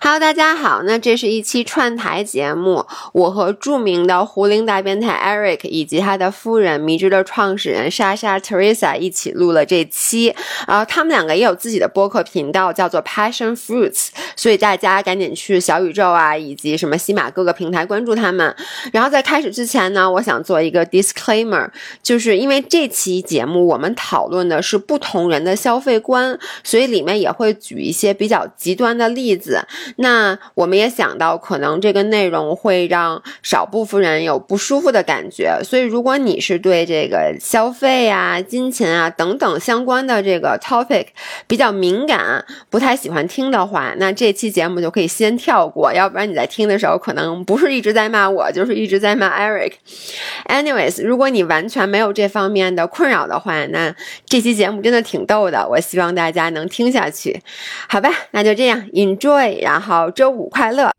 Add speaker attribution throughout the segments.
Speaker 1: Hello，大家好，那这是一期串台节目，我和著名的胡林大变态 Eric 以及他的夫人迷之的创始人莎莎 Teresa 一起录了这期，然后他们两个也有自己的播客频道，叫做 Passion Fruits，所以大家赶紧去小宇宙啊，以及什么喜马各个平台关注他们。然后在开始之前呢，我想做一个 disclaimer，就是因为这期节目我们讨论的是不同人的消费观，所以里面也会举一些比较极端的例子。那我们也想到，可能这个内容会让少部分人有不舒服的感觉，所以如果你是对这个消费啊、金钱啊等等相关的这个 topic 比较敏感，不太喜欢听的话，那这期节目就可以先跳过，要不然你在听的时候可能不是一直在骂我，就是一直在骂 Eric。Anyways，如果你完全没有这方面的困扰的话，那这期节目真的挺逗的，我希望大家能听下去。好吧，那就这样，enjoy，然后周五快乐。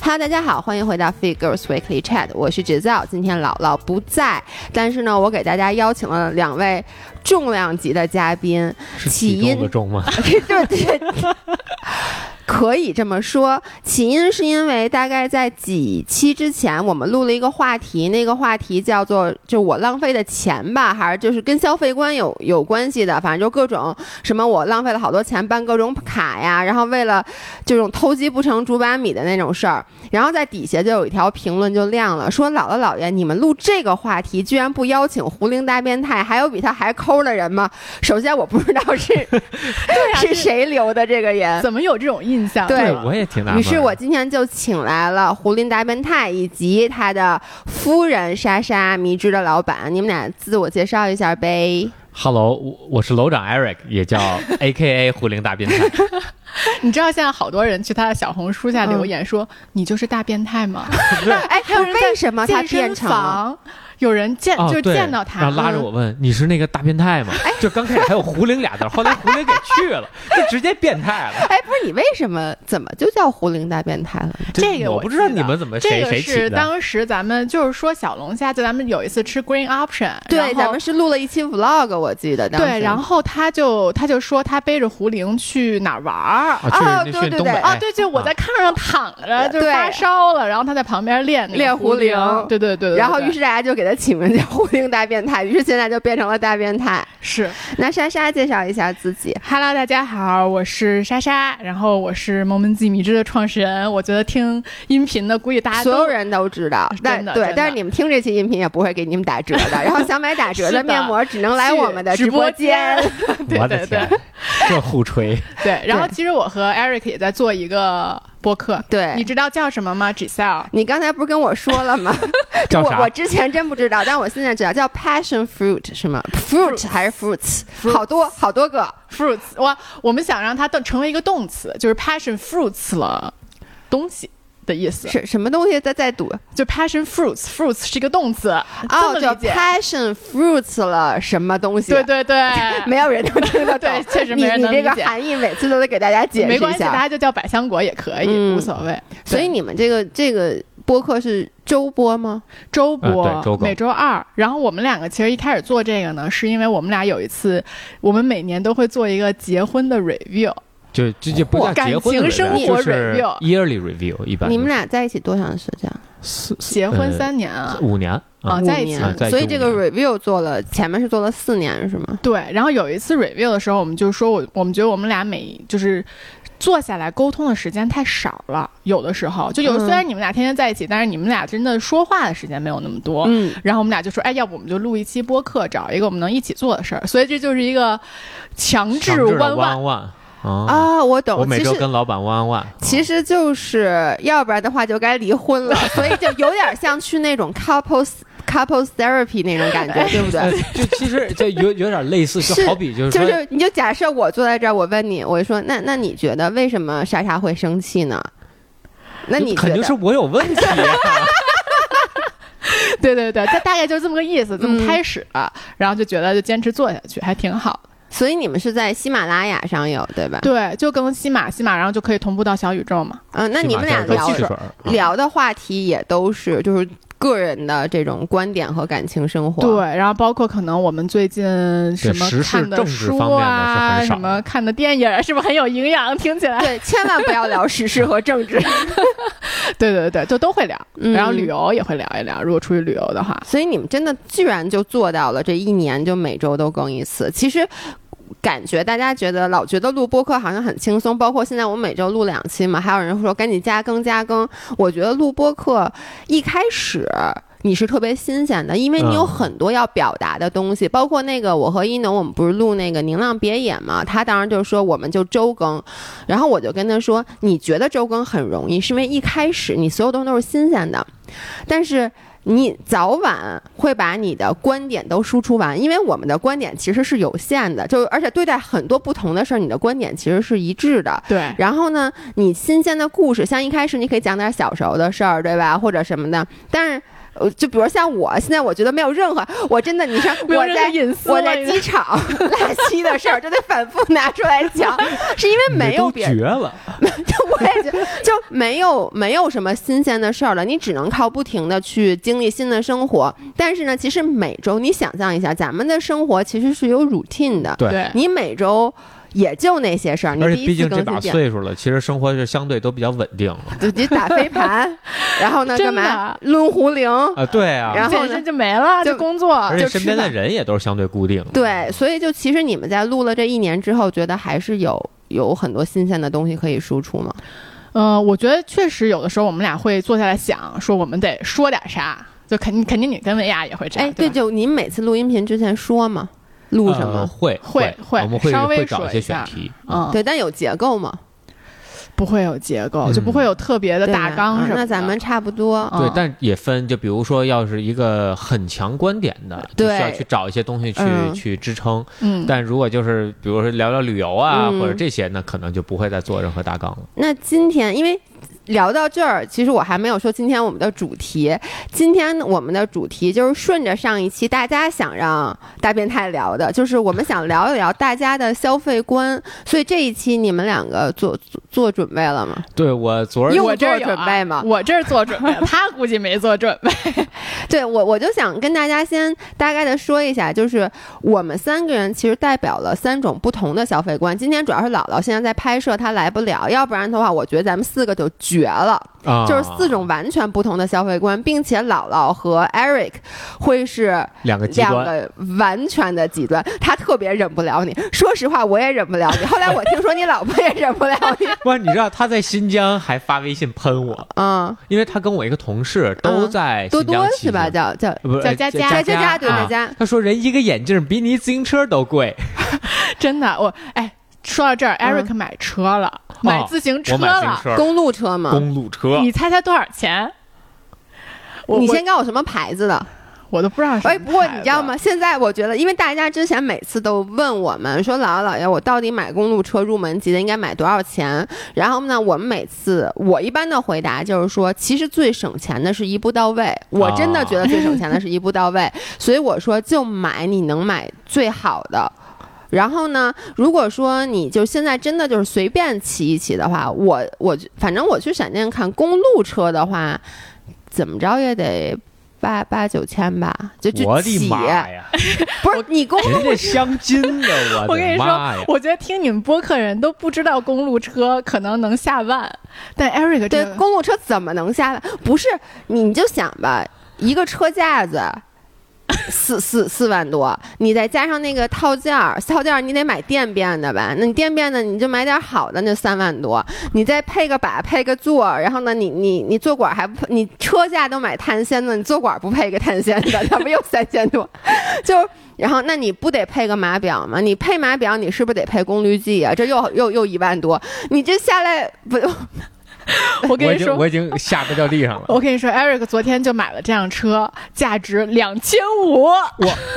Speaker 1: Hello，大家好，欢迎回到 Fit Girls Weekly Chat，我是芷造。今天姥姥不在，但是呢，我给大家邀请了两位重量级的嘉宾，
Speaker 2: 是
Speaker 1: 起
Speaker 2: 体
Speaker 1: 因
Speaker 2: 重的重吗？
Speaker 1: 对对对， 可以这么说。起因是因为大概在几期之前，我们录了一个话题，那个话题叫做“就我浪费的钱吧”，还是就是跟消费观有有关系的，反正就各种什么我浪费了好多钱办各种卡呀，然后为了这种偷鸡不成煮把米的那种事儿。然后在底下就有一条评论就亮了，说姥姥姥爷，你们录这个话题居然不邀请胡林大变态，还有比他还抠的人吗？首先我不知道是
Speaker 3: 啊
Speaker 1: 是
Speaker 3: 这
Speaker 1: 谁留的这个人。
Speaker 3: 怎么有这种印象？
Speaker 1: 对
Speaker 2: 我也挺纳闷。
Speaker 1: 于是我今天就请来了胡林达变态以及他的夫人莎莎迷之的老板，你们俩自我介绍一下 呗。
Speaker 2: Hello，我我是楼长 Eric，也叫 AKA 胡灵大变态。
Speaker 3: 你知道现在好多人去他的小红书下留言说：“你就是大变态吗
Speaker 1: 哎，
Speaker 3: 还有人在
Speaker 1: 为什？” 么他
Speaker 3: 健
Speaker 1: 变
Speaker 3: 身
Speaker 1: 成了？
Speaker 3: 房有人见
Speaker 2: 哦，
Speaker 3: 就
Speaker 2: 对
Speaker 3: 见到
Speaker 2: 然
Speaker 3: 他
Speaker 2: 后拉着我问：“你是那个大变态吗？”就刚开始还有胡灵俩字儿，后来胡灵给去了，就直接变态了。
Speaker 1: 哎，不是你为什么怎么就叫胡林大变态了呢？
Speaker 3: 这个
Speaker 2: 我
Speaker 3: 我
Speaker 2: 不知道
Speaker 3: 记
Speaker 2: 你
Speaker 3: 得
Speaker 2: 们怎么
Speaker 3: 嗯这
Speaker 2: 谁
Speaker 3: 个
Speaker 2: 谁起
Speaker 3: 是
Speaker 2: 的。
Speaker 3: 当时咱们就是说小龙虾，就咱们有一次吃 Green Option，然
Speaker 1: 对，
Speaker 3: 后
Speaker 1: 咱们是录了一期 vlog，我记得当时。
Speaker 3: 对，然后他就他就说他背着胡铃去哪儿玩儿。
Speaker 2: 啊，去
Speaker 1: 哦
Speaker 2: 那
Speaker 1: 对
Speaker 2: 去
Speaker 1: 对
Speaker 2: 东北
Speaker 1: 对
Speaker 3: 啊，对对，我在炕上躺着，就是
Speaker 1: 嗯对
Speaker 3: 发烧了，然后他在旁边练那个
Speaker 1: 练
Speaker 3: 胡
Speaker 1: 胡铃
Speaker 3: 对对对对对，
Speaker 1: 然后
Speaker 3: 对
Speaker 1: 于是大家就给他起名叫胡林大变态，于是现在就变成了大变态。
Speaker 3: 是
Speaker 1: 那莎莎介绍一下自己。
Speaker 3: Hello，大家好，我是莎莎，然后我是萌萌记迷之的创始人。我觉得听音频的，估计大家都
Speaker 1: 所有人都知道，
Speaker 3: 真
Speaker 1: 但
Speaker 3: 的
Speaker 1: 对
Speaker 3: 真，的
Speaker 1: 但是你们听这期音频也不会给你们打折 的。然后想买打折
Speaker 3: 是
Speaker 1: 的
Speaker 3: 的
Speaker 1: 面膜，只能来
Speaker 3: 去
Speaker 1: 我们的
Speaker 3: 直
Speaker 1: 播
Speaker 3: 播间
Speaker 1: 间。
Speaker 3: 对
Speaker 2: 我
Speaker 3: 对
Speaker 2: 的天
Speaker 3: 对，
Speaker 2: 这互吹。
Speaker 3: 对。然后其实我和 Eric 也在做一个播客，你
Speaker 1: 对，
Speaker 3: 知道叫什么吗？Giselle，
Speaker 1: 你刚才不是跟我说了吗？
Speaker 2: 叫
Speaker 1: 我
Speaker 2: 啥
Speaker 1: 我之前真不知道，但我现在知道叫 passion fruit 是 吗？fruit 还是 fruits？
Speaker 3: Fruits
Speaker 1: 好多好多个。
Speaker 3: fruits，哇，我们想让它动成为一个动词，就是 passion fruits 了东西的意思，
Speaker 1: 是什么东西在在读？
Speaker 3: 就 passion fruits，fruits 是一个动词，这
Speaker 1: 哦，
Speaker 3: 么
Speaker 1: 叫
Speaker 3: 理解？
Speaker 1: passion fruits 了，什么东西？
Speaker 3: 对对对，。
Speaker 1: 没有人能听得懂
Speaker 3: 对 确实没人
Speaker 1: 你
Speaker 3: 能
Speaker 1: 你这
Speaker 3: 理解
Speaker 1: 个含义每次都得给大家解释
Speaker 3: 没
Speaker 1: 一下。
Speaker 3: 关系，大家就叫百香果也可以，
Speaker 1: 嗯
Speaker 3: 无所谓。
Speaker 1: 所以你们这个这个播客是周播吗？
Speaker 3: 周
Speaker 2: 嗯
Speaker 3: 播、
Speaker 2: 对周更
Speaker 3: 每周二。然后我们两个其实一开始做这个呢，是因为我们俩有一次，我们每年都会做一个结婚的 review，
Speaker 2: 就就就不
Speaker 3: 嚯
Speaker 2: 叫结婚
Speaker 3: 感
Speaker 2: 的
Speaker 3: 情生
Speaker 2: review，
Speaker 3: 活
Speaker 2: 就是
Speaker 3: review
Speaker 2: yearly review，一般
Speaker 1: 你们俩在一起多长时间？
Speaker 2: 四四
Speaker 3: 结婚
Speaker 2: 呃
Speaker 3: 三年啊。
Speaker 2: 五年啊
Speaker 1: 哦
Speaker 3: 啊，在一起
Speaker 2: 啊在一起
Speaker 1: 所以这个
Speaker 2: 五
Speaker 1: review 做了，前面是做了四年是吗？
Speaker 3: 对，然后有一次 review 的时候，我们就说我我们觉得我们俩每就是坐下来沟通的时间太少了，有的时候就有、
Speaker 1: 嗯
Speaker 3: 虽然你们俩天天在一起，但是你们俩真的说话的时间没有那么多。
Speaker 1: 嗯，
Speaker 3: 然后我们俩就说，哎，要不我们就录一期播客，找一个我们能一起做的事儿。所以这就是一个强
Speaker 2: 强
Speaker 3: 制
Speaker 2: 制
Speaker 3: 弯
Speaker 2: 弯
Speaker 3: 弯，
Speaker 2: 弯啊！
Speaker 1: 啊，我懂。
Speaker 2: 我每
Speaker 1: 其
Speaker 2: 周
Speaker 1: 实
Speaker 2: 跟老板弯弯。
Speaker 1: 其实就是要不然的话就该离婚 了，所以就有点像去那种 couples couples therapy 那种感觉，对不
Speaker 2: 呃
Speaker 1: 对？，
Speaker 2: 就其实就有有点类似，
Speaker 1: 是
Speaker 2: 就好比就是
Speaker 1: 就
Speaker 2: 说，
Speaker 1: 是你就假设我坐在这儿，我问你，我就说那那你觉得为什么莎莎会生气呢？那你觉
Speaker 2: 肯
Speaker 1: 得
Speaker 2: 定是我有问题啊，
Speaker 3: 对对对，大大概就这么个意思，这
Speaker 2: 嗯
Speaker 3: 么开始了，然后就觉得就坚持做下去还挺好的。
Speaker 1: 所以你们是在喜马拉雅上有对
Speaker 2: 嗯
Speaker 1: 吧？
Speaker 3: 对，就更西马西马，然后就可以同步到小宇宙嘛。
Speaker 1: 嗯，那你们俩
Speaker 2: 起码
Speaker 1: 聊
Speaker 2: 叫汽水儿啊
Speaker 1: 聊的话题也都是就是个人的这种观点和感情生活。
Speaker 3: 对，，然后包括可能我们最近什么
Speaker 2: 时事
Speaker 3: 看的
Speaker 2: 政治
Speaker 3: 书
Speaker 2: 方面的嗯是
Speaker 3: 啊，
Speaker 2: 很少
Speaker 3: 什么看的电影儿，是不是很有营养？听起来，
Speaker 1: 对，千万不要聊时事和政治。
Speaker 3: 对对对，就都会聊。
Speaker 1: 嗯
Speaker 3: 然后旅游也会聊一聊，如果出去旅游的话，
Speaker 1: 所以你们真的居然就做到了，这一年就每周都更一次。其实。感觉大家觉得老觉得录播客好像很轻松，包括现在我每周录两期嘛，还有人说赶紧加更加更。我觉得录播客一开始你是特别新鲜的，因为你有
Speaker 2: 嗯
Speaker 1: 很多要表达的东西，包括那个我和一农，我们不是录那个宁浪别野嘛，他当时就说我们就周更，然后我就跟他说，你觉得周更很容易，是因为一开始你所有东西都是新鲜的，但是你早晚会把你的观点都输出完，因为我们的观点其实是有限的，就而且对待很多不同的事儿，你的观点其实是一致的。
Speaker 3: 对，
Speaker 1: 然后呢，你新鲜的故事，像一开始你可以讲点小时候的事儿，对吧，或者什么的，但是。呃，就比如像我现在，我觉得没有任何，我真的，你说
Speaker 3: 没有
Speaker 1: 我
Speaker 3: 任
Speaker 1: 在
Speaker 3: 何隐私
Speaker 1: 我
Speaker 3: 了
Speaker 1: 在
Speaker 3: 已经
Speaker 1: 机场 拉稀的事儿，就得反复拿出来 讲，是因为
Speaker 2: 你
Speaker 1: 没
Speaker 2: 都
Speaker 1: 有别啊人
Speaker 2: 绝了，
Speaker 1: 就我也觉得就没有没有什么新鲜的事儿了，你只能靠不停的去经历新的生活。但是呢，其实每周你想象一下，咱们的生活其实是有 routine 的，
Speaker 2: 对
Speaker 3: 对
Speaker 1: 你每周也就那些事儿，你
Speaker 2: 而
Speaker 1: 第
Speaker 2: 且毕
Speaker 1: 一次
Speaker 2: 竟这
Speaker 1: 更
Speaker 2: 把
Speaker 1: 新点，
Speaker 2: 岁数了，其实生活是相对都比较稳定了
Speaker 1: 自己打 飞盘，然后呢干
Speaker 3: 真的
Speaker 1: 嘛抡壶铃，
Speaker 2: 啊。对啊，
Speaker 1: 然后呢
Speaker 3: 健身就没了，
Speaker 1: 就
Speaker 3: 就工作
Speaker 2: 而，且
Speaker 3: 就
Speaker 2: 身
Speaker 3: 吃
Speaker 2: 边的
Speaker 3: 饭。
Speaker 2: 人也都是相对固定的。嗯
Speaker 1: 对，所以就其实你们在录了这一年之后，觉得还是有有很多新鲜的东西可以输出嘛？
Speaker 3: 嗯、我觉得确实有的时候我们俩会坐下来想，说我们得说点啥，就肯定肯定你跟维亚也会这
Speaker 2: 啊
Speaker 3: 样，
Speaker 1: 哎，对，
Speaker 3: 吧
Speaker 1: 就您每次录音频之前说嘛，录什么？
Speaker 2: 呃会
Speaker 3: 会会
Speaker 2: 我们会
Speaker 3: 稍微
Speaker 2: 会找
Speaker 3: 说
Speaker 2: 一些
Speaker 3: 一下
Speaker 2: 选题。
Speaker 3: 嗯，
Speaker 1: 对，但有结构嘛？
Speaker 3: 不会有结构，
Speaker 2: 嗯
Speaker 3: 就不会有特别的
Speaker 1: 对
Speaker 3: 大
Speaker 1: 吧
Speaker 3: 纲
Speaker 1: 嗯
Speaker 3: 什么的。
Speaker 1: 那咱们差不多。
Speaker 3: 嗯
Speaker 2: 对，但也分，就比如说，要是一个很强观点的，就需要
Speaker 1: 对
Speaker 2: 去找一些东西去、
Speaker 1: 嗯
Speaker 2: 去支撑。
Speaker 3: 嗯，
Speaker 2: 但如果就是比如说聊聊旅游啊，
Speaker 1: 嗯
Speaker 2: 或者这些，那可能就不会再做任何大纲了。
Speaker 1: 那今天因为。聊到这儿，其实我还没有说今天我们的主题。今天我们的主题就是顺着上一期大家想让大变态聊的，就是我们想聊一聊大家的消费观。所以这一期你们两个做做做准备了吗？
Speaker 2: 对我昨儿
Speaker 1: 因为
Speaker 3: 我这儿有
Speaker 1: 做准备吗
Speaker 3: 啊，我这儿做准备，他估计没做准备。
Speaker 1: 对我，我就想跟大家先大概的说一下，就是我们三个人其实代表了三种不同的消费观。今天主要是姥姥现在在拍摄，她来不了，要不然的话，我觉得咱们四个就绝了。
Speaker 2: 啊，
Speaker 1: 就是四种完全不同的消费观，并且姥姥和 Eric 会是
Speaker 2: 两个极
Speaker 1: 两
Speaker 2: 端。
Speaker 1: 个完全的极端。他特别忍不了你，说实话，我也忍不了 你。后来我听说你老婆也忍不了你，
Speaker 2: 哇，你知道他在新疆还发微信喷我，
Speaker 1: 嗯，
Speaker 2: 因为他跟我一个同事都
Speaker 1: 嗯
Speaker 2: 在
Speaker 1: 多
Speaker 2: 新
Speaker 1: 多
Speaker 2: 疆骑
Speaker 1: 是吧？
Speaker 2: 行
Speaker 1: 叫叫
Speaker 2: 呃不是
Speaker 3: 叫
Speaker 2: 呃
Speaker 3: 佳佳
Speaker 1: 佳
Speaker 2: 佳
Speaker 1: 佳对
Speaker 2: 啊
Speaker 1: 佳佳
Speaker 2: 他说人一个眼镜比你一自行车都贵，
Speaker 3: 真的，我哎，说到这儿
Speaker 1: 嗯
Speaker 3: ，Eric 买车了，买自行车
Speaker 2: 哦我买自行
Speaker 3: 了，
Speaker 2: 车，
Speaker 1: 公路车嘛。
Speaker 2: 啊公路车，
Speaker 3: 你猜猜多少钱？我
Speaker 1: 你
Speaker 3: 我
Speaker 1: 先告诉我什么牌子的？
Speaker 3: 我都不知道是。
Speaker 1: 哎，不过你
Speaker 3: 啊
Speaker 1: 知道吗？？现在我觉得，因为大家之前每次都问我们说，姥姥姥爷，我到底买公路车入门级的应该买多少钱？然后呢，我们每次我一般的回答就是说，其实最省钱的是一步到位。我真的觉得最省钱的是一步到位，所以我说就买你能买最好的。然后呢？如果说你就现在真的就是随便骑一骑的话，我我反正我去闪电看公路车的话，怎么着也得八八九千吧，就就
Speaker 2: 我
Speaker 1: 起
Speaker 2: 的妈呀！
Speaker 1: 不是你公
Speaker 2: 人家镶金的，
Speaker 3: 我
Speaker 2: 我
Speaker 3: 跟你
Speaker 2: 的啊妈
Speaker 3: 说
Speaker 2: 呀，！
Speaker 3: 我觉得听你们播客人都不知道公路车可能能下万，但 Eric
Speaker 1: 对
Speaker 3: 这个
Speaker 1: 公路车怎么能下来？不是你就想吧，一个车架子。四四四万多，你再加上那个套件儿，套件儿你得买电变的吧？那你电变的你就买点好的，那三万多，你再配个把，配个座儿，然后呢，你你你坐管还不，你车架都买碳纤的，你坐管不配个碳纤的，那不又三千多？ 就然后那你不得配个码表吗？你配码表，你是不是得配功率计啊？这又又又一万多，你这下来不
Speaker 3: 我跟
Speaker 2: 我
Speaker 3: 你
Speaker 2: 已经
Speaker 3: 说，
Speaker 2: 我已经下不到地上了。
Speaker 3: 我跟你说，Eric 昨天就买了这辆车，价值两千五。
Speaker 2: 我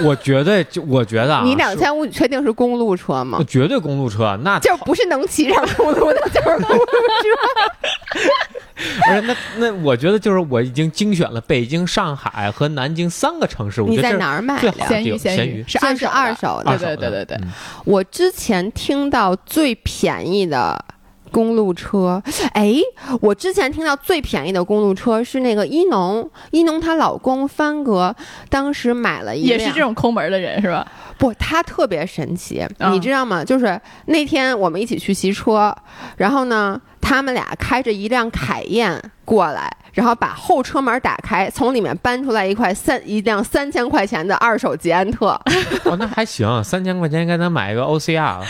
Speaker 2: 我绝对就，我觉得啊，
Speaker 1: 你两
Speaker 2: 是
Speaker 1: 千五，你确定是公路车吗
Speaker 2: 我？绝对公路车，啊那
Speaker 1: 就是不是能骑上公路的，就是公路车。
Speaker 2: 而且那那我觉得就是我已经精选了北京、上海和南京三个城市， 我
Speaker 1: 你
Speaker 2: 觉得
Speaker 1: 在
Speaker 2: 这
Speaker 1: 哪儿买
Speaker 2: 最啊
Speaker 1: 的？
Speaker 2: 好的
Speaker 3: 闲
Speaker 2: 地
Speaker 3: 鱼，
Speaker 2: 儿
Speaker 3: 闲
Speaker 2: 闲
Speaker 3: 鱼
Speaker 2: 鱼
Speaker 3: 是
Speaker 1: 这
Speaker 3: 二
Speaker 1: 是
Speaker 3: 手
Speaker 1: 二手
Speaker 3: 的
Speaker 1: 的
Speaker 2: 二手
Speaker 3: 对
Speaker 2: 的
Speaker 3: 对对对对，
Speaker 2: 嗯
Speaker 1: 我之前听到最便宜的公路车，哎，我之前听到最便宜的公路车是那个一农，一农她老公帆哥当时买了一
Speaker 3: 也是
Speaker 1: 辆
Speaker 3: 这种抠门儿的人是吧？
Speaker 1: 不，他特别神奇，
Speaker 3: 嗯
Speaker 1: 你知道吗？就是那天我们一起去骑车，然后呢，他们俩开着一辆凯宴过来，然后把后车门打开，从里面搬出来一块三一辆三千块钱的二手捷安特
Speaker 2: 哦，那还行，三千块钱应该能买一个 OCR 了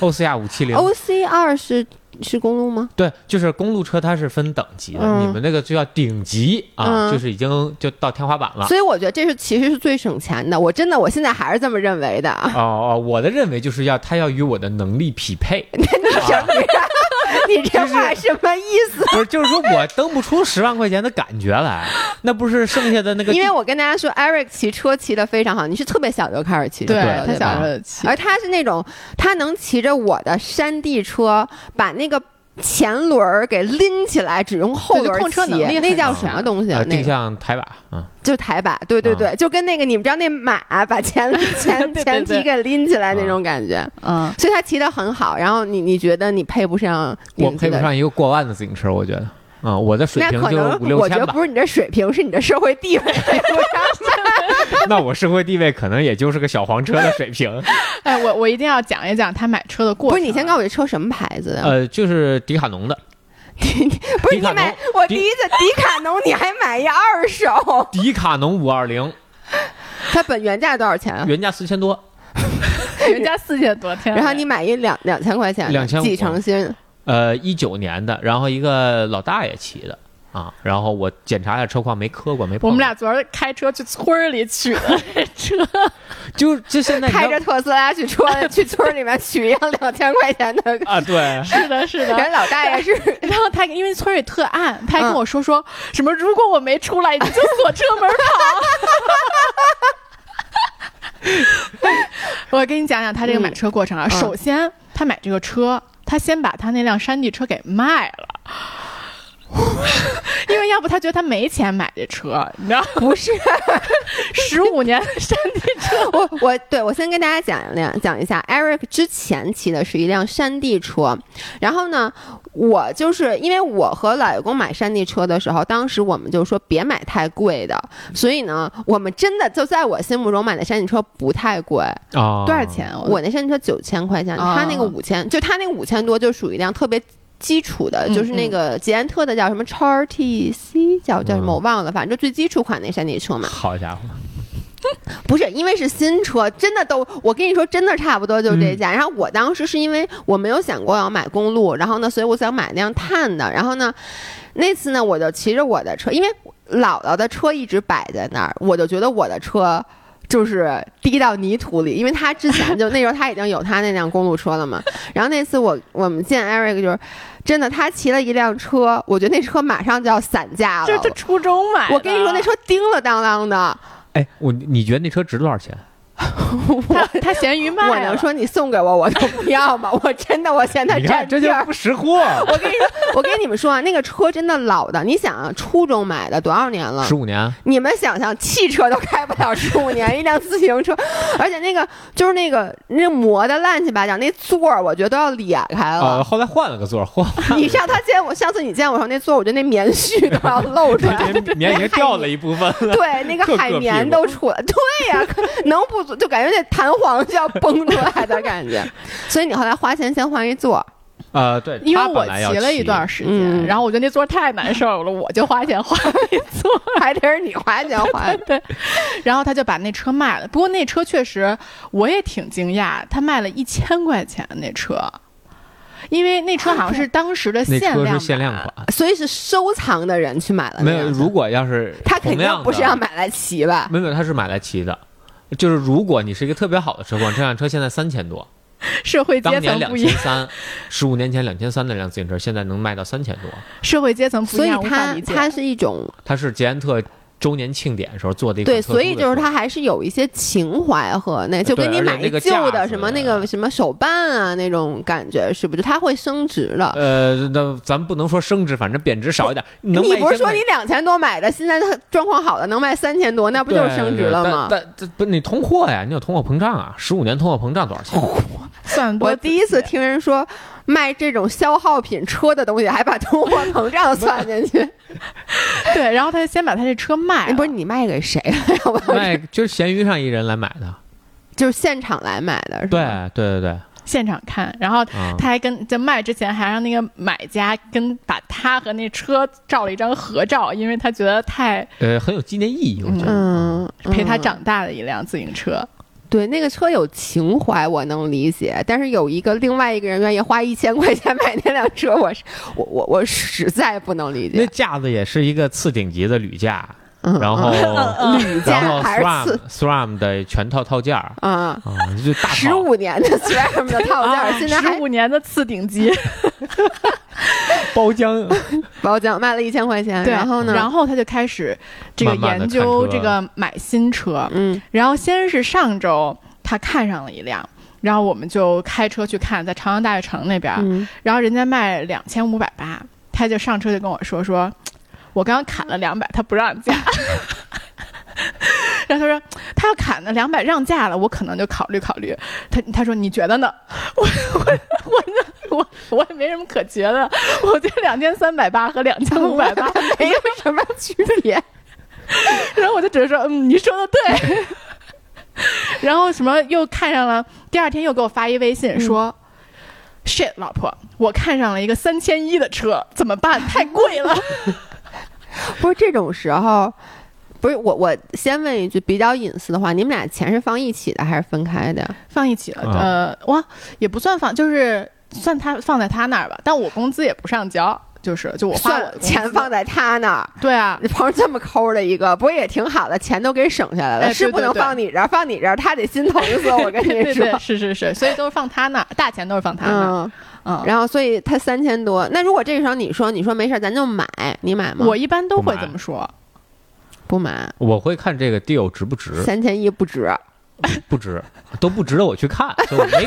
Speaker 2: ，OCR 五七零。
Speaker 1: ，OC 二是是公路吗？
Speaker 2: 对，就是公路车它是分等级的，
Speaker 1: 嗯
Speaker 2: 你们那个就叫顶级啊，
Speaker 1: 嗯
Speaker 2: 就是已经就到天花板了。
Speaker 1: 啊所以我觉得这是其实是最省钱的，我真的我现在还是这么认为的。啊
Speaker 2: 哦哦，我的认为就是要它要与我的能力 匹配，
Speaker 1: 你这话什么意思？
Speaker 2: 不是，就是说我蹬不出十万块钱的感觉来，那不是剩下的那个
Speaker 1: 因为我跟大家说，Eric 骑车骑得非常好，你是特别小就开始骑车了，
Speaker 3: 他
Speaker 1: 对吧
Speaker 3: 小时候骑，
Speaker 1: 而他是那种他能骑着我的山地车，把那个前轮儿给拎起来，只用后轮
Speaker 3: 对
Speaker 1: 儿
Speaker 3: 就控车
Speaker 1: 骑
Speaker 3: 能力很
Speaker 1: 那叫
Speaker 2: 强
Speaker 1: 什么东西啊
Speaker 2: 呃？
Speaker 1: 那
Speaker 2: 定
Speaker 1: 个
Speaker 2: 向抬把啊，
Speaker 1: 就抬把，对对对，就跟那个你们知道那马把 前前
Speaker 3: 对对
Speaker 1: 前蹄
Speaker 3: 对
Speaker 1: 给拎起来
Speaker 2: 啊
Speaker 1: 那种感觉。
Speaker 3: 嗯，
Speaker 1: 所以他骑得很好，然后你你觉得你配不上
Speaker 2: 我
Speaker 1: 顶级
Speaker 2: 配不
Speaker 1: 的，
Speaker 2: 上一个过万的自行车，我觉得啊，我的水
Speaker 1: 那
Speaker 2: 平
Speaker 1: 可
Speaker 2: 就
Speaker 1: 能
Speaker 2: 五六
Speaker 1: 我觉
Speaker 2: 千
Speaker 1: 得
Speaker 2: 吧
Speaker 1: 不，是你的水平，是你的社会地位。
Speaker 2: 那我社会地位可能也就是个小黄车的水 平。
Speaker 3: 哎，我我一定要讲一讲他买车的过
Speaker 1: 不
Speaker 3: 程。啊
Speaker 1: 是你先告诉我这车什么牌子的？
Speaker 2: 呃，就是迪卡侬的，
Speaker 1: 不是
Speaker 2: 迪
Speaker 1: 你
Speaker 2: 卡侬
Speaker 1: 买我
Speaker 2: 迪
Speaker 1: 第一次迪卡侬，你还买一二手？
Speaker 2: 迪卡侬五二零，
Speaker 1: 它本原价多少钱啊？
Speaker 2: 原价四千多，
Speaker 3: 我，人家四千多天啊，
Speaker 1: 然后你买一两两千块啊钱的，
Speaker 2: 2500
Speaker 1: 几成新，
Speaker 2: 呃，一九年的，然后一个老大爷骑的啊，然后我检查一下车况，没磕过，没碰过。
Speaker 3: 我们俩昨儿开车去村儿里 取的车，
Speaker 2: 就就现在你知
Speaker 1: 开
Speaker 2: 道
Speaker 1: 着特斯拉去 村去村里面取一辆两千块钱的，
Speaker 2: 啊，对，
Speaker 3: 是的，是 的。
Speaker 1: 人老大爷是。
Speaker 3: 然后他因为村儿里特暗，他还
Speaker 1: 嗯
Speaker 3: 跟我说说、什么，如果我没出来，你就锁车门跑。 我跟你讲讲他这个买车过程啊。
Speaker 1: 嗯
Speaker 3: 首先，他买这个车，他先把他那辆山地车给卖了。 因为要不他觉得他没钱买这车，你知道
Speaker 1: 不是
Speaker 3: 十五年的山地车，
Speaker 1: 我，我对我先跟大家讲一辆讲一下，Eric 之前骑的是一辆山地车，然后呢，我就是因为我和老爷公买山地车的时候，当时我们就说别买太贵的，所以呢，我们真的就在我心目中买的山地车不太贵，
Speaker 2: 啊，
Speaker 3: 多少？钱？
Speaker 1: 哦我那山地车九千块钱，
Speaker 3: 哦
Speaker 1: 他那个五千，就他那五千多就属于一辆特别。基础的
Speaker 3: 嗯
Speaker 1: 就是那个捷安特的叫什么叉 RTC 叫叫什么
Speaker 2: 嗯
Speaker 1: 我忘了，反正就最基础款那山地车嘛，
Speaker 2: 哦好家伙，
Speaker 1: 不是因为是新车，真的都我跟你说真的差不多就这价。然后我当时是因为我没有想过要买公路，然后呢，所以我想买那辆碳的。然后呢，那次呢我就骑着我的车，因为姥姥的车一直摆在那儿，我就觉得我的车。就是滴到泥土里，因为他之前就那时候他已经有他那辆公路车了嘛。然后那次我我们见 Eric 就是真的，他骑了一辆车，我觉得那车马上就要散架了。
Speaker 3: 就是他初中买的。
Speaker 1: 我跟你说，那车叮了当啷的。
Speaker 2: 哎，我你觉得那车值多 少钱？
Speaker 3: 他他闲鱼卖了。
Speaker 1: 我能说你送给我，我都不要吗？ 我真的，我现在
Speaker 2: 你看
Speaker 1: 占
Speaker 2: 这
Speaker 1: 地
Speaker 2: 就
Speaker 1: 儿。
Speaker 2: 不识货，
Speaker 1: 我跟你说， 我跟你们说啊，那个车真的老的，你想啊，初中买的多少年了
Speaker 2: 十？五年，
Speaker 1: 你们想想，汽车都开不了十五年，一辆自行车，而且那个就是那个那磨的乱七八糟，那座儿我觉得都要裂开
Speaker 2: 啊，
Speaker 1: 了。
Speaker 2: 后来换了个座儿，换
Speaker 1: 你上他见我，上次你见我时候，那座儿我觉得那棉絮都要露出 来，
Speaker 2: 棉棉已经掉了一部分了。
Speaker 1: 对，那
Speaker 2: 各
Speaker 1: 个
Speaker 2: 个
Speaker 1: 海
Speaker 2: 屁
Speaker 1: 绵
Speaker 2: 股
Speaker 1: 都出来，对呀、可能不足就感觉那弹簧就要崩出来的感 觉。所以你后来花钱先换一座，
Speaker 2: 呃，对，
Speaker 3: 因为
Speaker 2: 他
Speaker 3: 我
Speaker 2: 本来要
Speaker 3: 骑了一段时间，
Speaker 1: 嗯
Speaker 3: 然后我觉得那座太难受了，我就花钱花那座，
Speaker 1: 还得是你花钱花 的。
Speaker 3: 然后他就把那车卖了。不过那车确实我也挺惊讶，他卖了一千块钱那车，因为那车好像是当时的
Speaker 2: 那
Speaker 3: 限量
Speaker 2: 车
Speaker 3: 版
Speaker 2: 是限量，款，
Speaker 1: 所以是收藏的人去买了那
Speaker 2: 没
Speaker 1: 辆
Speaker 2: 有。
Speaker 1: 车，
Speaker 2: 如果要是
Speaker 1: 他肯
Speaker 2: 同
Speaker 1: 定
Speaker 2: 样
Speaker 1: 不是
Speaker 2: 的
Speaker 1: 要买来骑吧？
Speaker 2: 没有，他是买来骑的。就是如果你是一个特别好的车况，这辆车现在三 千多，
Speaker 3: 社会阶
Speaker 2: 当年
Speaker 3: 层
Speaker 2: 两
Speaker 3: 不一
Speaker 2: 千
Speaker 3: 样，
Speaker 2: 三，十五年前两千三那辆自行车，现在能卖到三千多。
Speaker 3: 社会阶层不
Speaker 1: 所
Speaker 3: 一
Speaker 1: 以
Speaker 3: 样，无法
Speaker 1: 它
Speaker 3: 理解。
Speaker 1: 它是一种
Speaker 2: 它是捷安特周年庆典时候做的一款
Speaker 1: 对，
Speaker 2: 特殊
Speaker 1: 所以
Speaker 2: 的
Speaker 1: 就是
Speaker 2: 车
Speaker 1: 它还是有一些情怀和那，就跟你
Speaker 2: 而且
Speaker 1: 买
Speaker 2: 那
Speaker 1: 一
Speaker 2: 个
Speaker 1: 旧
Speaker 2: 架
Speaker 1: 的
Speaker 2: 子
Speaker 1: 什么那个什么手办啊那种感觉，是不是？就它会升值的。
Speaker 2: 呃，那咱不能说升值，反正贬值少一点。能
Speaker 1: 你
Speaker 2: 卖
Speaker 1: 不是
Speaker 2: 1000块
Speaker 1: 说你两千多买的，现在它状况好了能卖三千多，那不就
Speaker 2: 对
Speaker 1: 升值
Speaker 2: 对
Speaker 1: 了
Speaker 2: 但
Speaker 1: 吗？
Speaker 2: 但这不，你 通 货呀，你有通货膨胀啊！十五年通货膨胀多少钱？
Speaker 3: 算
Speaker 1: 我第一次听人说卖这种消耗品车的东西，还把通货膨胀算进
Speaker 2: 哎
Speaker 1: 去。
Speaker 3: 对，然后他就先把他这车卖
Speaker 1: 哎，
Speaker 3: 了，
Speaker 1: 不是你卖给谁了？ 要不
Speaker 2: 卖就是闲鱼上一人来买的，
Speaker 1: 就是现场来买的，是
Speaker 2: 对
Speaker 1: 吧？
Speaker 2: 对对啊对，
Speaker 3: 现场看，然后
Speaker 2: 啊、
Speaker 3: 他还跟在卖之前还让那个买家跟把他和那车照了一张合照，因为他觉得太
Speaker 2: 呃很有纪念意义，我觉得。
Speaker 1: 嗯，
Speaker 3: 陪他
Speaker 1: 嗯
Speaker 3: 长大的一辆自行车。
Speaker 1: 对，那个车有情怀，我能理解。但是有一个另外一个人愿意花一千块钱买那辆车，我是我我我实在不能理解。
Speaker 2: 那架子也是一个次顶级的铝架，
Speaker 1: 嗯
Speaker 2: 然后
Speaker 1: 嗯
Speaker 2: 然
Speaker 1: 价
Speaker 2: 后
Speaker 1: 还是
Speaker 2: SRAM
Speaker 1: 次
Speaker 2: SRAM 的全套套件儿
Speaker 1: 啊，
Speaker 2: 啊，就大
Speaker 1: 十
Speaker 2: 套。
Speaker 1: 五年的 SRAM 的套
Speaker 2: 啊
Speaker 1: 件儿，哦现在
Speaker 3: 啊十
Speaker 1: 还
Speaker 3: 五年的次顶级，
Speaker 2: 包浆，
Speaker 1: 包浆卖了一千块钱。
Speaker 3: 对，
Speaker 1: 然后呢？
Speaker 3: 然后他就开始这个
Speaker 2: 慢慢地
Speaker 3: 研
Speaker 2: 看
Speaker 3: 究
Speaker 2: 车
Speaker 3: 这个买新车，
Speaker 1: 嗯
Speaker 3: 然后先是上周他看上了一辆，然后我们就开车去看，在朝阳大悦城那边，
Speaker 2: 啊
Speaker 1: 嗯，
Speaker 3: 然后人家卖两千五百八，他就上车就跟我说说，我刚砍了两百，他不让价。 然后他说，他要砍了两百让价了，我可能就考虑考虑。他他说你觉得呢？ 我我我我我也没什么可觉得，我觉得两千三百八和两千五百八
Speaker 1: 没有什么区别。
Speaker 3: 然后我就只是说，嗯，你说的对。 然后什么又看上了，第二天又给我发一微
Speaker 1: 嗯
Speaker 3: 信说、s h i t 老婆，我看上了一个三千一的车，怎么办？太贵了。
Speaker 1: 不是这种时候，不是我我先问一句比较隐私的话，你们俩钱是放一起的还是分开的？
Speaker 3: 放一起了，
Speaker 2: 啊
Speaker 3: 呃，哇，也不算放，就是算他放在他那儿吧，但我工资也不上交，就是就我花我的
Speaker 1: 算
Speaker 3: 工资
Speaker 1: 钱放在他那儿。
Speaker 3: 对啊，
Speaker 1: 碰上这么抠的一个，不过也挺好的，钱都给省下来了，
Speaker 3: 哎对
Speaker 1: 是不
Speaker 3: 对
Speaker 1: 能
Speaker 3: 对
Speaker 1: 放你这儿，放你这儿他得心疼死我。我跟
Speaker 3: 对
Speaker 1: 你
Speaker 3: 对
Speaker 1: 说，
Speaker 3: 对是是是，所以都是放他那儿，大钱都是放他那儿，
Speaker 1: 嗯，
Speaker 3: 嗯。
Speaker 1: 然后所以他三千多，那如果这个时候你说你说没事儿，咱就买，你买吗？
Speaker 3: 我一般都
Speaker 2: 不
Speaker 3: 会
Speaker 2: 买
Speaker 3: 这么说，
Speaker 1: 不买，
Speaker 2: 我会看这个 deal 值不值，
Speaker 1: 三千一不值。
Speaker 2: 不值都不值得我去看，所以我 没看。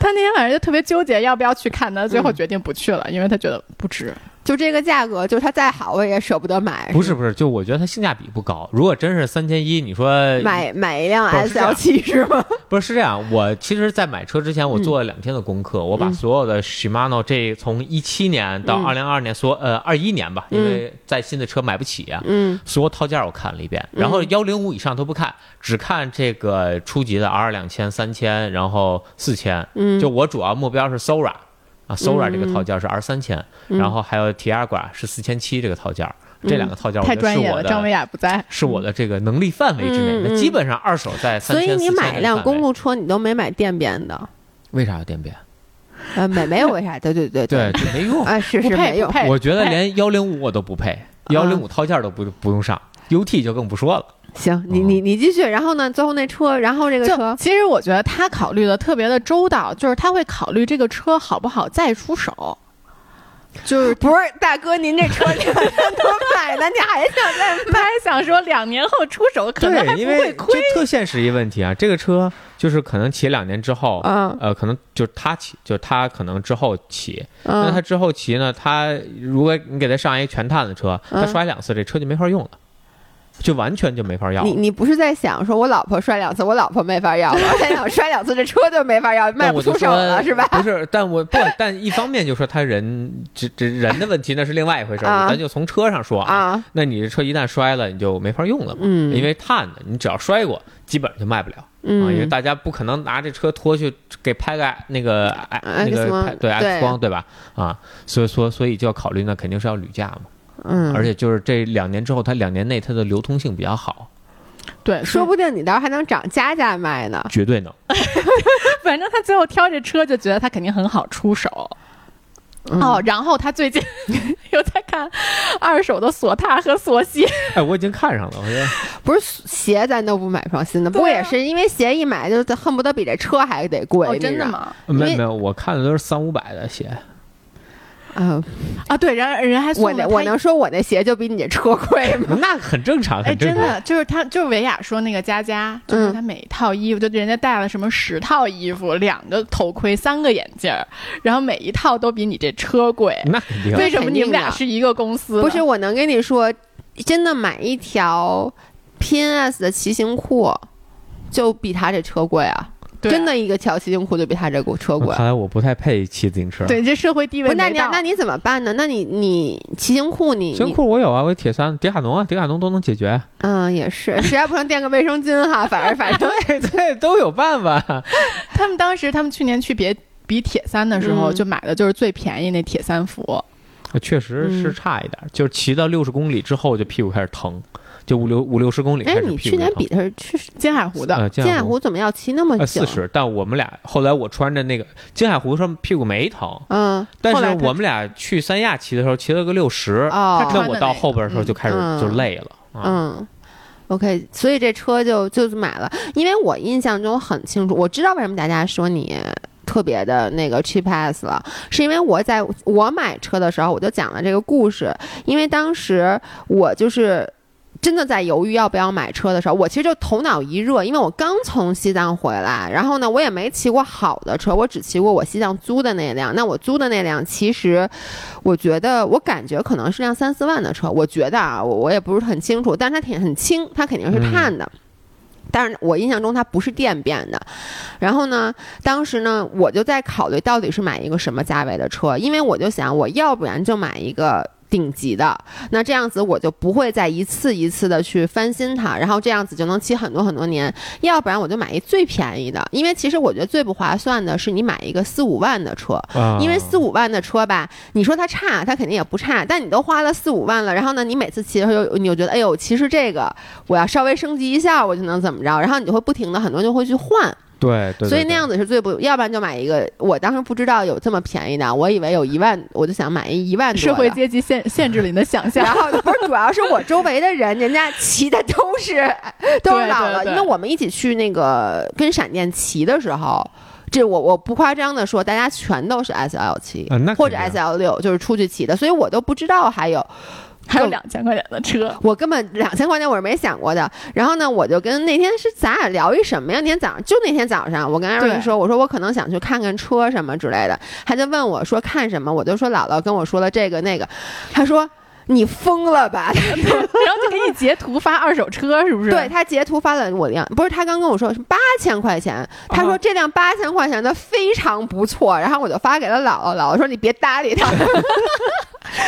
Speaker 3: 他那天晚上就特别纠结要不要去看呢，最后决定不去了，因为他觉得不值。
Speaker 1: 就这个价格，就它再好我也舍不得买。
Speaker 2: 不是不是，就我觉得它性价比不高。如果真是三千一，你说
Speaker 1: 买买一辆
Speaker 2: 哎不是
Speaker 1: S
Speaker 2: 这
Speaker 1: L
Speaker 2: 样
Speaker 1: 七是 吗？
Speaker 2: 不是是这样？我其实，在买车之前，我
Speaker 1: 嗯
Speaker 2: 做了两天的功课，我把所有的 Shimano 这从一七年到
Speaker 1: 嗯
Speaker 2: 二零二二年所呃二一年吧，因为在新的车买不起啊，
Speaker 1: 嗯
Speaker 2: 所有套件我看了一遍，然后幺零五以上都不看，只看这个初级的 R 两千、三千，然后四千。
Speaker 1: 嗯，
Speaker 2: 就我主要目标是 Sora 啊，Sora 这个套件是 R 三千，
Speaker 1: 嗯
Speaker 2: 然后还有 Tiagra 是四千七这个套件，这两个套件
Speaker 1: 嗯
Speaker 2: 我
Speaker 3: 太
Speaker 2: 觉得
Speaker 3: 专
Speaker 2: 是
Speaker 3: 业
Speaker 2: 我
Speaker 3: 了，张
Speaker 2: 的
Speaker 3: 维雅不在。
Speaker 2: 是我的这个能力范围之内。
Speaker 1: 嗯嗯
Speaker 2: 那基本上二手在三
Speaker 1: 所
Speaker 2: 千。
Speaker 1: 以你买一辆公
Speaker 2: 路，
Speaker 1: 路车，你都没买电变的，
Speaker 2: 为啥要啊电变？
Speaker 1: 呃，没没有为啥？对对对
Speaker 2: 对，，就没用。
Speaker 1: 啊，是
Speaker 3: 不
Speaker 1: 是
Speaker 3: 配
Speaker 1: 没有
Speaker 3: 不。配
Speaker 2: 我觉得
Speaker 3: 哎
Speaker 2: 连幺零五我都不配，
Speaker 1: 哎
Speaker 2: 幺零五套件都不不用上，UT 就更不说了。
Speaker 1: 行，
Speaker 2: 嗯
Speaker 1: 你你你继续，然后呢？最后那车，然后这个
Speaker 3: 就
Speaker 1: 车，
Speaker 3: 其实我觉得他考虑的特别的周到，就是他会考虑这个车好不好再出手，就是
Speaker 1: 不是大哥，您这车两千多买的，你还想再
Speaker 3: 他还想说两年后出手可能
Speaker 2: 对，
Speaker 3: 还不
Speaker 2: 因为
Speaker 3: 会亏
Speaker 2: 这。特现实一问题啊，这个车就是可能骑两年之后，
Speaker 1: 嗯
Speaker 2: 呃，可能就是他骑，就是他可能之后骑，那他
Speaker 1: 嗯，
Speaker 2: 之后骑呢，他如果你给他上一全碳的车，
Speaker 1: 嗯
Speaker 2: 他摔两次，这车就没法用了，就完全就没法要
Speaker 1: 你
Speaker 2: 了。
Speaker 1: 你不是在想说我老婆摔两次，我老婆没法要了，我在想摔两次这车就没 法要，卖
Speaker 2: 但
Speaker 1: 不
Speaker 2: 我就
Speaker 1: 出手
Speaker 2: 说
Speaker 1: 了是吧？
Speaker 2: 不是，但我不， 但一方面就说他人这这人的问题那是另外一回事
Speaker 1: 啊
Speaker 2: 儿，咱就从车上说啊。
Speaker 1: 啊，
Speaker 2: 那你这车一旦摔了，你就没法用了嘛，
Speaker 1: 嗯
Speaker 2: 因为碳的，你只要摔过，基本上就卖不了。啊，因为
Speaker 1: 嗯，
Speaker 2: 大家不可能拿这车拖去给拍个那个
Speaker 1: X
Speaker 2: 哎那个
Speaker 1: 光
Speaker 2: 拍对 X
Speaker 1: 对
Speaker 2: 光对吧？啊，所以说所以就要考虑呢，肯定是要铝价嘛，
Speaker 1: 嗯，
Speaker 2: 而且就是这两年之后，它两年内它的流通性比较好，
Speaker 3: 对，
Speaker 1: 说
Speaker 3: 说
Speaker 1: 不定你到时候还能涨加价卖呢。
Speaker 2: 绝对能。
Speaker 3: 反正他最后挑这车就觉得他肯定很好出手。
Speaker 1: 嗯
Speaker 3: 哦，，然后他最近 又在看二手的索踏和索系，
Speaker 2: 哎，我已经看上了，我觉得
Speaker 1: 不是鞋咱都不买双新的，不
Speaker 3: 对啊
Speaker 1: 过也是因为鞋一买就恨不得比这车还得贵，
Speaker 3: 哦，
Speaker 1: 你
Speaker 3: 真
Speaker 1: 知
Speaker 3: 的
Speaker 1: 道？
Speaker 3: 吗？
Speaker 1: 因为啊
Speaker 2: 没有没有，我看的都是三五百的鞋，
Speaker 1: 嗯，
Speaker 3: 啊，对，然后人还送
Speaker 1: 我
Speaker 3: 了
Speaker 1: 能
Speaker 3: 他
Speaker 1: 我
Speaker 3: 一
Speaker 1: 能说我那鞋就比你这车贵吗？
Speaker 2: 那很正常，
Speaker 3: 哎，
Speaker 2: 很正
Speaker 3: 真
Speaker 2: 常。
Speaker 3: 的就是他，就是维雅说那个佳佳，就是
Speaker 1: 嗯
Speaker 3: 他每一套衣服，就人家带了什么十套衣服，两个头盔，三个眼镜儿，然后每一套都比你这车贵。
Speaker 2: 那肯定，
Speaker 3: 为什么你们
Speaker 1: 肯定
Speaker 3: 俩
Speaker 1: 的
Speaker 3: 是一个公司呢？
Speaker 1: 不是，我能跟你说，真的买一条 PNS 的骑行裤，就比他这车贵啊。
Speaker 3: 对
Speaker 1: 真的一个条骑行裤就比他这股车贵。
Speaker 2: 嗯看来我不太配骑自行车。，
Speaker 3: 对这社会地
Speaker 1: 不
Speaker 3: 位
Speaker 1: 是，那
Speaker 3: 没
Speaker 1: 你
Speaker 3: 到。
Speaker 1: 那你怎么办呢？那你你骑行裤你
Speaker 2: 骑行
Speaker 1: 你
Speaker 2: 裤我有啊，我有铁三、迪卡侬啊，迪卡侬都能解决。
Speaker 1: 嗯也是， 实在不能垫个卫生巾哈，反正 反正
Speaker 2: 对对，都有办法。
Speaker 3: 他们当时他们去年去别比铁三的时候，
Speaker 1: 嗯
Speaker 3: 就买的就是最便宜那铁三服。
Speaker 2: 确实是
Speaker 1: 嗯
Speaker 2: 差一点，就是骑到六十公里之后就屁股开始疼，就五六五六十公里开
Speaker 1: 哎
Speaker 2: 始，
Speaker 1: 你
Speaker 2: 屁
Speaker 1: 去
Speaker 2: 股就
Speaker 1: 年
Speaker 2: 疼。
Speaker 1: 比的是去
Speaker 3: 金海湖的，
Speaker 2: 呃，
Speaker 1: 金
Speaker 2: 金
Speaker 1: 海
Speaker 2: 海
Speaker 1: 湖怎么要骑那么
Speaker 2: 呃
Speaker 1: 久
Speaker 2: 四？十，但我们俩后来我穿着那个金海湖上屁股没疼，
Speaker 1: 嗯
Speaker 2: 但
Speaker 3: 后来
Speaker 2: 是
Speaker 3: 他
Speaker 2: 我们俩去三亚骑的时候骑了个六十、
Speaker 1: 哦
Speaker 3: 他，
Speaker 2: 那
Speaker 3: 穿
Speaker 2: 我
Speaker 3: 的
Speaker 2: 到
Speaker 3: 那个
Speaker 2: 后边的时候就开始
Speaker 1: 嗯
Speaker 2: 就累了。啊，
Speaker 1: 嗯，OK，所以这车就就买了，因为我印象中很清楚，我知道为什么大家说你。特别的那个 cheap ass 了，是因为我在我买车的时候我就讲了这个故事，因为当时我就是真的在犹豫要不要买车的时候，我其实就头脑一热，因为我刚从西藏回来，然后呢我也没骑过好的车，我只骑过我西藏租的那辆，那我租的那辆其实我觉得，我感觉可能是辆三四万的车，我觉得啊，我我也不是很清楚，但是它挺很轻，它肯定是碳的。但是我印象中它不是电变的，然后呢，当时呢我就在考虑到底是买一个什么价位的车，因为我就想我要不然就买一个顶级的，那这样子我就不会再一次一次的去翻新它，然后这样子就能骑很多很多年，要不然我就买一最便宜的，因为其实我觉得最不划算的是你买一个四五万的车，
Speaker 2: 啊
Speaker 1: 因为四五万的车吧，你说它差，它肯定也不差，但你都花了四五万了，然后呢，你每次骑的时候，你就觉得，哎呦，其实这个我要稍微升级一下，我就能怎么着，然后你就会不停的很多人就会去换，
Speaker 2: 对对，
Speaker 1: 所以那样子是最不，要不然就买一个，我当时不知道有这么便宜的，我以为有一万，我就想买一一万多的
Speaker 3: 社会 阶级限限制了你的想象
Speaker 1: 然。后不是，主要是我周围的人，人家骑的都是都是
Speaker 3: 对
Speaker 1: 老了，
Speaker 3: 对对
Speaker 1: 因为我们一起去那个跟闪电骑的时候。这我我不夸张的说，大家全都是 S L 七、
Speaker 2: 啊那肯
Speaker 1: 或者
Speaker 2: 定
Speaker 1: S L 六，就是出去骑的，所以我都不知道还有
Speaker 3: 还有
Speaker 1: 更
Speaker 3: 两千块钱的 车，
Speaker 1: 我根本两千块钱我是没想过的。然后呢，我就跟那天是咱俩聊一什么呀？那天早上就那天早上，我跟艾瑞
Speaker 3: 对
Speaker 1: 说，我说我可能想去看看车什么之类的，他就问我说看什么，我就说姥姥跟我说了这个那个，他说你疯了 吧？
Speaker 3: 然后就给你截图发二手车，是不是？
Speaker 1: 对，他截图发了我辆，不是他刚跟我说是八千块钱，他
Speaker 2: 啊
Speaker 1: 说
Speaker 3: 哦
Speaker 1: 这辆八千块钱的非常不错，然后我就发给了姥姥，姥姥说你别搭理 他。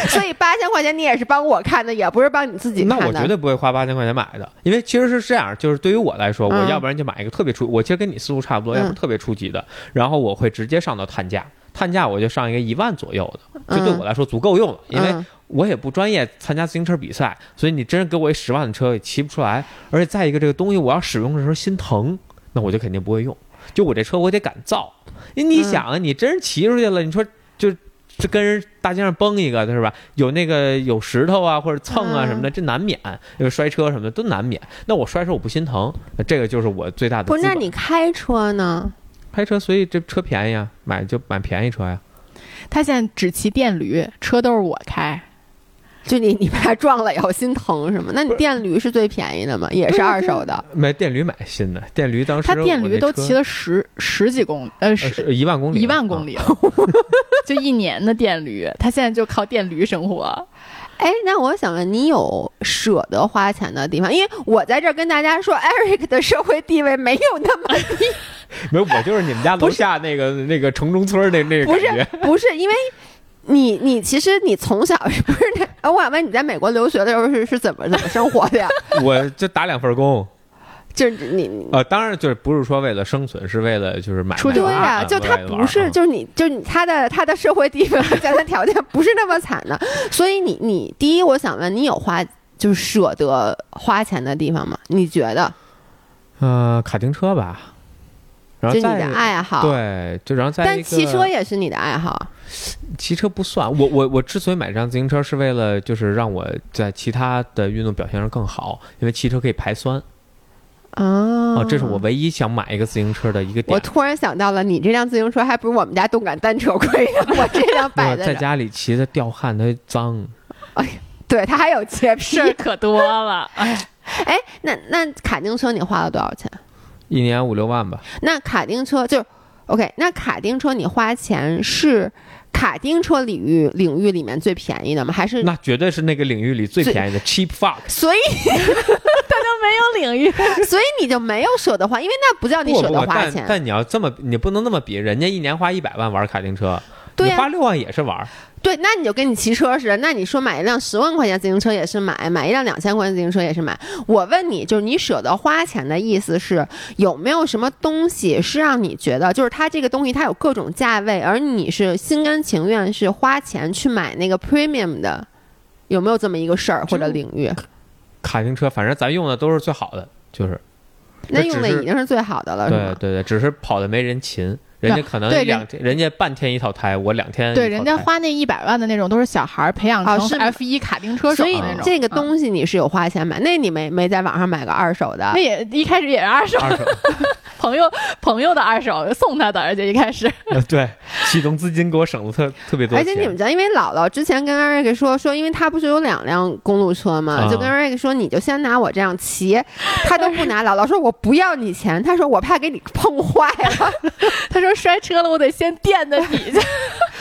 Speaker 1: 所以八千块钱你也是帮我看的，也不是帮你自己看
Speaker 2: 那
Speaker 1: 的。
Speaker 2: 我绝对不会花八千块钱买的，因为其实是这样，就是对于我来说，
Speaker 1: 嗯
Speaker 2: 我要不然就买一个特别初，我其实跟你思路差不多，
Speaker 1: 嗯
Speaker 2: 要不特别初级的，然后我会直接上到探价，探价我就上一个一万左右的，就对
Speaker 1: 嗯
Speaker 2: 我来说足够用了，因为
Speaker 1: 嗯
Speaker 2: 我也不专业参加自行车比赛，所以你真是给我一十万的车也骑不出来，而且再一个这个东西我要使用的时候心疼，那我就肯定不会用，就我这车我得敢造，因为你
Speaker 1: 嗯
Speaker 2: 想啊，你真是骑出去了，你说就。这跟人大街上崩一个，是吧？有那个有石头啊，或者蹭啊
Speaker 1: 嗯
Speaker 2: 什么的，这难免。那个摔车什么的都难免。那我摔车我不心疼，那这个就是我最大的资
Speaker 1: 不
Speaker 2: 本。
Speaker 1: 是，那你开车呢？
Speaker 2: 开车，所以这车便宜啊，买就买便宜车呀、
Speaker 3: 他现在只骑电驴，车都是我开，
Speaker 1: 就你你怕撞了以后心疼是吗？那你电驴是最便宜的吗？也是二手的。
Speaker 2: 买电驴买新的，电驴当时
Speaker 3: 他电驴都骑
Speaker 2: 了
Speaker 3: 了十十几公呃十
Speaker 2: 一万公里，啊
Speaker 3: 一万公。里， 就一年的电驴，他现在就靠电驴生活。
Speaker 1: 哎，那我想问，你有舍得花钱的地方？因为我在这儿跟大家说，Eric 的社会地位没有那么
Speaker 2: 没有，我就是你们家楼下那个 那个城中村那那个
Speaker 1: 不
Speaker 2: 感
Speaker 1: 是
Speaker 2: 觉。
Speaker 1: 不是，因为你你其实你从小是不是那？呃我想问你在美国留学的时候是是怎么怎么生活的呀？
Speaker 2: 我就打两份工，
Speaker 1: 就是你你
Speaker 2: 呃，当然就是不是说为了生存，是为了就是买
Speaker 3: 出去
Speaker 1: 对
Speaker 2: 买玩
Speaker 1: 呀、
Speaker 2: 儿
Speaker 1: 啊就他不是，
Speaker 2: 嗯
Speaker 1: 就是你，就是你，他的他的社会地位和家庭条件不是那么惨的，所以你你第一，我想问你有花就是舍得花钱的地方吗？你觉得
Speaker 2: 呃卡丁车吧，然
Speaker 1: 就
Speaker 2: 后
Speaker 1: 你
Speaker 2: 再
Speaker 1: 的爱好，
Speaker 2: 对，就然后再一
Speaker 1: 但
Speaker 2: 个
Speaker 1: 骑车也是你的爱好，
Speaker 2: 骑车不算，我我我之所以买这辆自行车是为了就是让我在其他的运动表现上更好，因为骑车可以排酸
Speaker 1: 哦
Speaker 2: 啊，这是我。唯一想买一个自行车的一个
Speaker 1: 我
Speaker 2: 点。
Speaker 1: 突然想到了，你这辆自行车还不如我们家动感单车贵呢，我这辆
Speaker 2: 我
Speaker 1: 摆在
Speaker 2: 在
Speaker 1: 这儿，
Speaker 2: 家里骑的掉汗，它脏。
Speaker 1: 对，它还有洁 癖
Speaker 3: 事。儿可 多了，哎，
Speaker 1: 哎，那那卡丁车你花了多少钱？
Speaker 2: 一年五六万吧，
Speaker 1: 那卡丁车就是 OK，那卡丁车你花钱是卡丁车领域领域里面最便宜的吗？还是
Speaker 2: 那绝对是那个领域里最
Speaker 1: 嗯最
Speaker 2: 便宜的 cheap fuck。
Speaker 1: 所以
Speaker 3: 没有领域，
Speaker 1: 所以你就没有舍得花，因为那不叫你
Speaker 2: 不
Speaker 1: 舍
Speaker 2: 不
Speaker 1: 得
Speaker 2: 不，
Speaker 1: 花
Speaker 2: 但
Speaker 1: 钱。
Speaker 2: 但你要这么，你不能那么比，人家一年花一百万玩卡丁车，
Speaker 1: 对啊
Speaker 2: 你
Speaker 1: 呀
Speaker 2: 花六万也是玩。
Speaker 1: 对，那你就跟你骑车似的。那你说买一辆十万块钱自行车也是买，买一辆两千块钱自行车也是买。我问你，就是你舍得花钱的意思是有没有什么东西是让你觉得，就是它这个东西它有各种价位，而你是心甘情愿是花钱去买那个 premium 的，有没有这么一个事儿或者领域？
Speaker 2: 卡丁车，反正咱用的都是最好的，就是
Speaker 1: 那
Speaker 2: 只
Speaker 1: 用的
Speaker 2: 是
Speaker 1: 已经是最好的了，
Speaker 2: 对
Speaker 1: 是吗
Speaker 2: 对？对，只是跑的没人勤，人家可能
Speaker 3: 对人
Speaker 2: 两天，人家半天一套胎，我两天一
Speaker 3: 对，
Speaker 2: 套
Speaker 3: 人家
Speaker 2: 胎
Speaker 3: 花那一百万的那种，都是小孩儿培养
Speaker 1: 哦
Speaker 3: 成
Speaker 1: 是
Speaker 3: F 一卡丁车手
Speaker 1: 所
Speaker 3: 的
Speaker 1: 以
Speaker 3: 那种。
Speaker 1: 这个
Speaker 3: 嗯
Speaker 1: 东西你是有花钱买，那你没没在网上买个二手的
Speaker 3: 那？也一开始也是二手，
Speaker 2: 二手，
Speaker 3: 朋友朋友的二手送他的，而且一开始
Speaker 2: 呃对，启动资金给我省了特特别多
Speaker 1: 而
Speaker 2: 钱。
Speaker 1: 且哎你们知道，因为姥姥之前跟 Eric 说说，因为他不是有两辆公路车嘛，
Speaker 2: 啊
Speaker 1: 就跟 Eric 说你就先拿我这样骑，他都不拿。姥姥说我不要你钱，他说我怕给你碰坏了，
Speaker 3: 他说摔车了，我得先垫在底下。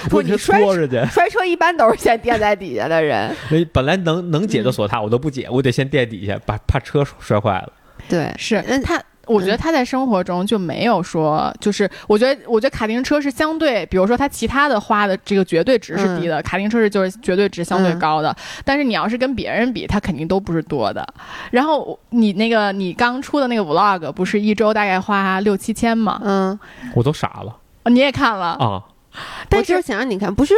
Speaker 1: 不
Speaker 2: 我
Speaker 1: 你
Speaker 2: 就
Speaker 1: 摔
Speaker 2: 拖着去，
Speaker 1: 摔车一般都是先垫在底下的人。
Speaker 2: 本来能能解的锁踏我都不解，我得先垫底下，把怕车摔坏了。
Speaker 1: 对，
Speaker 3: 是
Speaker 1: 嗯
Speaker 3: 他，我觉得他在生活中就没有说，就是我觉得，我觉得卡丁车是相对，比如说他其他的花的这个绝对值是低
Speaker 1: 嗯
Speaker 3: 的，卡丁车是就是绝对值相对高的，但是你要是跟别人比，他肯定都不是多的。然后我你那个你刚出的那个 vlog 不是一周大概花六七千吗？
Speaker 1: 嗯，
Speaker 2: 我都傻了
Speaker 3: 哦你也看了，
Speaker 2: 啊！
Speaker 1: 我
Speaker 3: 但
Speaker 1: 就是是想让你看，不是。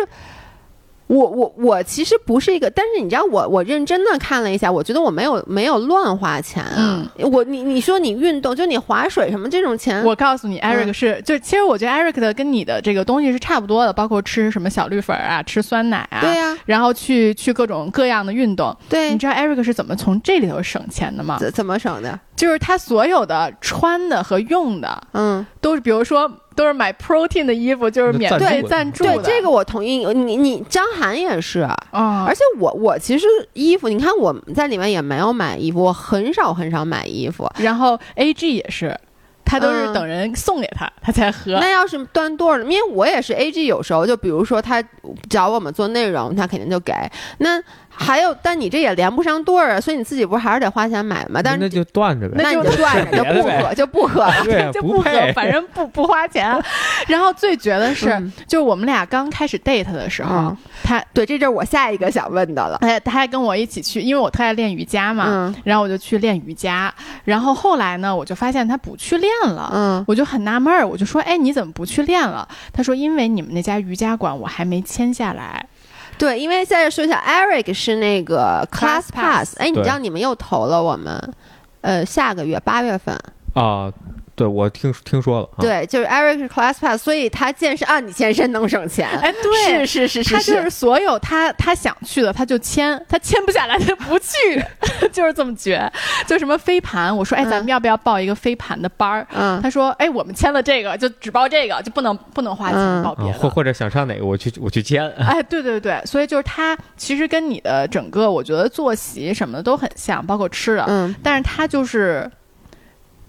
Speaker 1: 我我我其实不是一个，但是你知道我我认真的看了一下，我觉得我没有没有乱花钱啊。我你你说你运动，就你划水什么这种钱，
Speaker 3: 我告诉你，Eric
Speaker 1: 嗯
Speaker 3: 是、就其实我觉得 Eric 的跟你的这个东西是差不多的，包括吃什么小绿粉儿啊，吃酸奶啊，
Speaker 1: 对呀、
Speaker 3: 然后去去各种各样的运动。
Speaker 1: 对
Speaker 3: 你，知道 Eric 是怎么从这里头省钱的吗？
Speaker 1: 怎怎么省的？
Speaker 3: 就是他所有的穿的和用的
Speaker 1: 嗯，
Speaker 3: 都是，比如说都是买 protein 的衣服，就是免费赞
Speaker 2: 赞
Speaker 3: 助
Speaker 2: 助
Speaker 1: 对，
Speaker 3: 的。
Speaker 1: 这个我同意。你你张涵也是，
Speaker 3: 啊，
Speaker 1: 而且我我其实衣服，你看我在里面也没有买衣服，我很少很少买衣服。
Speaker 3: 然后 AG 也是，他都是
Speaker 1: 嗯
Speaker 3: 等人送给他，他才喝。
Speaker 1: 那要是啊断多少？因为我也是 A G，有时候就比如说他找我们做内容，他肯定就给。那还有，但你这也连不上对儿啊，所以你自己不是还是得花钱买吗？但
Speaker 2: 那
Speaker 1: 是
Speaker 2: 就断着呗。
Speaker 1: 啊那你
Speaker 3: 那
Speaker 1: 就断着，
Speaker 2: 别
Speaker 1: 就
Speaker 2: 了
Speaker 1: 不
Speaker 2: 呗
Speaker 1: 喝，就不喝了。
Speaker 2: 对啊，
Speaker 3: 就
Speaker 2: 不
Speaker 3: 喝，
Speaker 2: 配。
Speaker 3: 反正不 不花钱。然后最绝的是，
Speaker 1: 嗯
Speaker 3: 就是我们俩刚开始 date 的时候，
Speaker 1: 嗯
Speaker 3: 他
Speaker 1: 对，这就是我下一个想问的了。
Speaker 3: 哎，他还跟我一起去，因为我特爱练瑜伽嘛，
Speaker 1: 嗯
Speaker 3: 然后我就去练瑜伽。然后后来呢，我就发现他不去练了，
Speaker 1: 嗯
Speaker 3: 我就很纳闷儿，我就说，哎，你怎么不去练了？他说，因为你们那家瑜伽馆我还没签下来。
Speaker 1: 对，因为在这说一下，Eric 是那个 Class Pass，
Speaker 3: Class Pass
Speaker 1: 哎，你
Speaker 2: 对
Speaker 1: 知道你们又投了我们，呃，下个月八月份，
Speaker 2: 啊，对我听听说了。啊，
Speaker 1: 对，就是 Eric 是 Class Pass，所以他健身啊，你健身能省钱，
Speaker 3: 哎，对。
Speaker 1: 是是是是
Speaker 3: 他就是所有他他想去的他就签，他签不下来他不去， 就是这么绝。就什么飞盘，我说哎，
Speaker 1: 嗯
Speaker 3: 咱们要不要报一个飞盘的班儿？
Speaker 1: 嗯，
Speaker 3: 他说哎，我们签了这个就只报这个，就不能不能花钱
Speaker 1: 嗯
Speaker 3: 报别
Speaker 2: 啊，
Speaker 3: 的。
Speaker 2: 或或者想上哪个，我去我去签。
Speaker 3: 哎，对对对，所以就是他其实跟你的整个，我觉得作息什么的都很像，包括吃的，
Speaker 1: 嗯，
Speaker 3: 但是他就是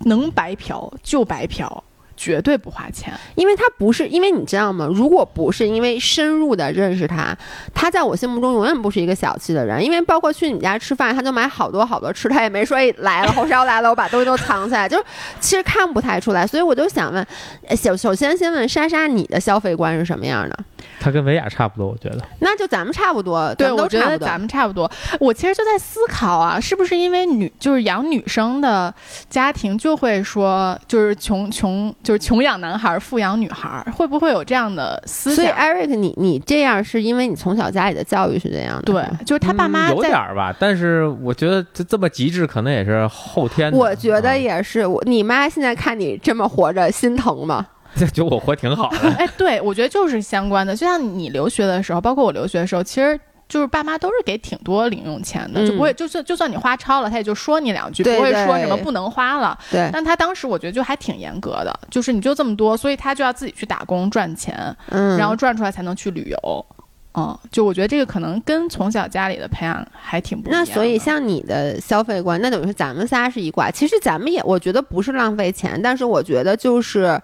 Speaker 3: 能白嫖就白嫖。绝对不花钱，
Speaker 1: 因为他不是，因为你知道吗？如果不是因为深入的认识他，他在我心目中永远不是一个小气的人。因为包括去你们家吃饭，他就买好多好多吃，他也没说哎来了后烧来了，我把东西都藏起来，就是其实看不太出来。所以我就想问，呃首首先先问莎莎，你的消费观是什么样的？
Speaker 2: 他跟维亚差不多，我觉得。
Speaker 1: 那就咱们差不多，咱
Speaker 3: 对
Speaker 1: 们
Speaker 3: 我
Speaker 1: 都
Speaker 3: 觉
Speaker 1: 差
Speaker 3: 得
Speaker 1: 不多
Speaker 3: 咱。们差不多。我其实就在思考啊，是不是因为女就是养女生的家庭就会说，就是穷穷就是穷养男孩儿，富养女孩儿，会不会有这样的思
Speaker 1: 所以
Speaker 3: 想？
Speaker 1: Eric，你你这样是因为你从小家里的教育是这样的，
Speaker 3: 对
Speaker 1: 是吗，
Speaker 3: 就是他爸妈
Speaker 2: 嗯有
Speaker 3: 在
Speaker 2: 点儿吧，但是我觉得这这么极致，可能也是后天的。
Speaker 1: 我觉
Speaker 2: 啊
Speaker 1: 得，也是。我你妈现在看你这么活着，心疼吗？
Speaker 2: 这觉得我活挺好的。
Speaker 3: 哎，对，我觉得就是相关的。就像你留学的时候，包括我留学的时候，其实就是爸妈都是给挺多零用钱的，就不会就算就算你花超了，他也就说你两句，
Speaker 1: 对
Speaker 3: 不会说
Speaker 1: 对
Speaker 3: 什么不能花了。
Speaker 1: 对，
Speaker 3: 但他当时我觉得就还挺严格的，就是你就这么多，所以他就要自己去打工赚钱，
Speaker 1: 嗯，
Speaker 3: 然后赚出来才能去旅游。嗯，就我觉得这个可能跟从小家里的培养还挺不一样
Speaker 1: 那
Speaker 3: 的。
Speaker 1: 所以像你的消费观，那等于是咱们仨是一挂。其实咱们也，我觉得不是浪费钱，但是我觉得就是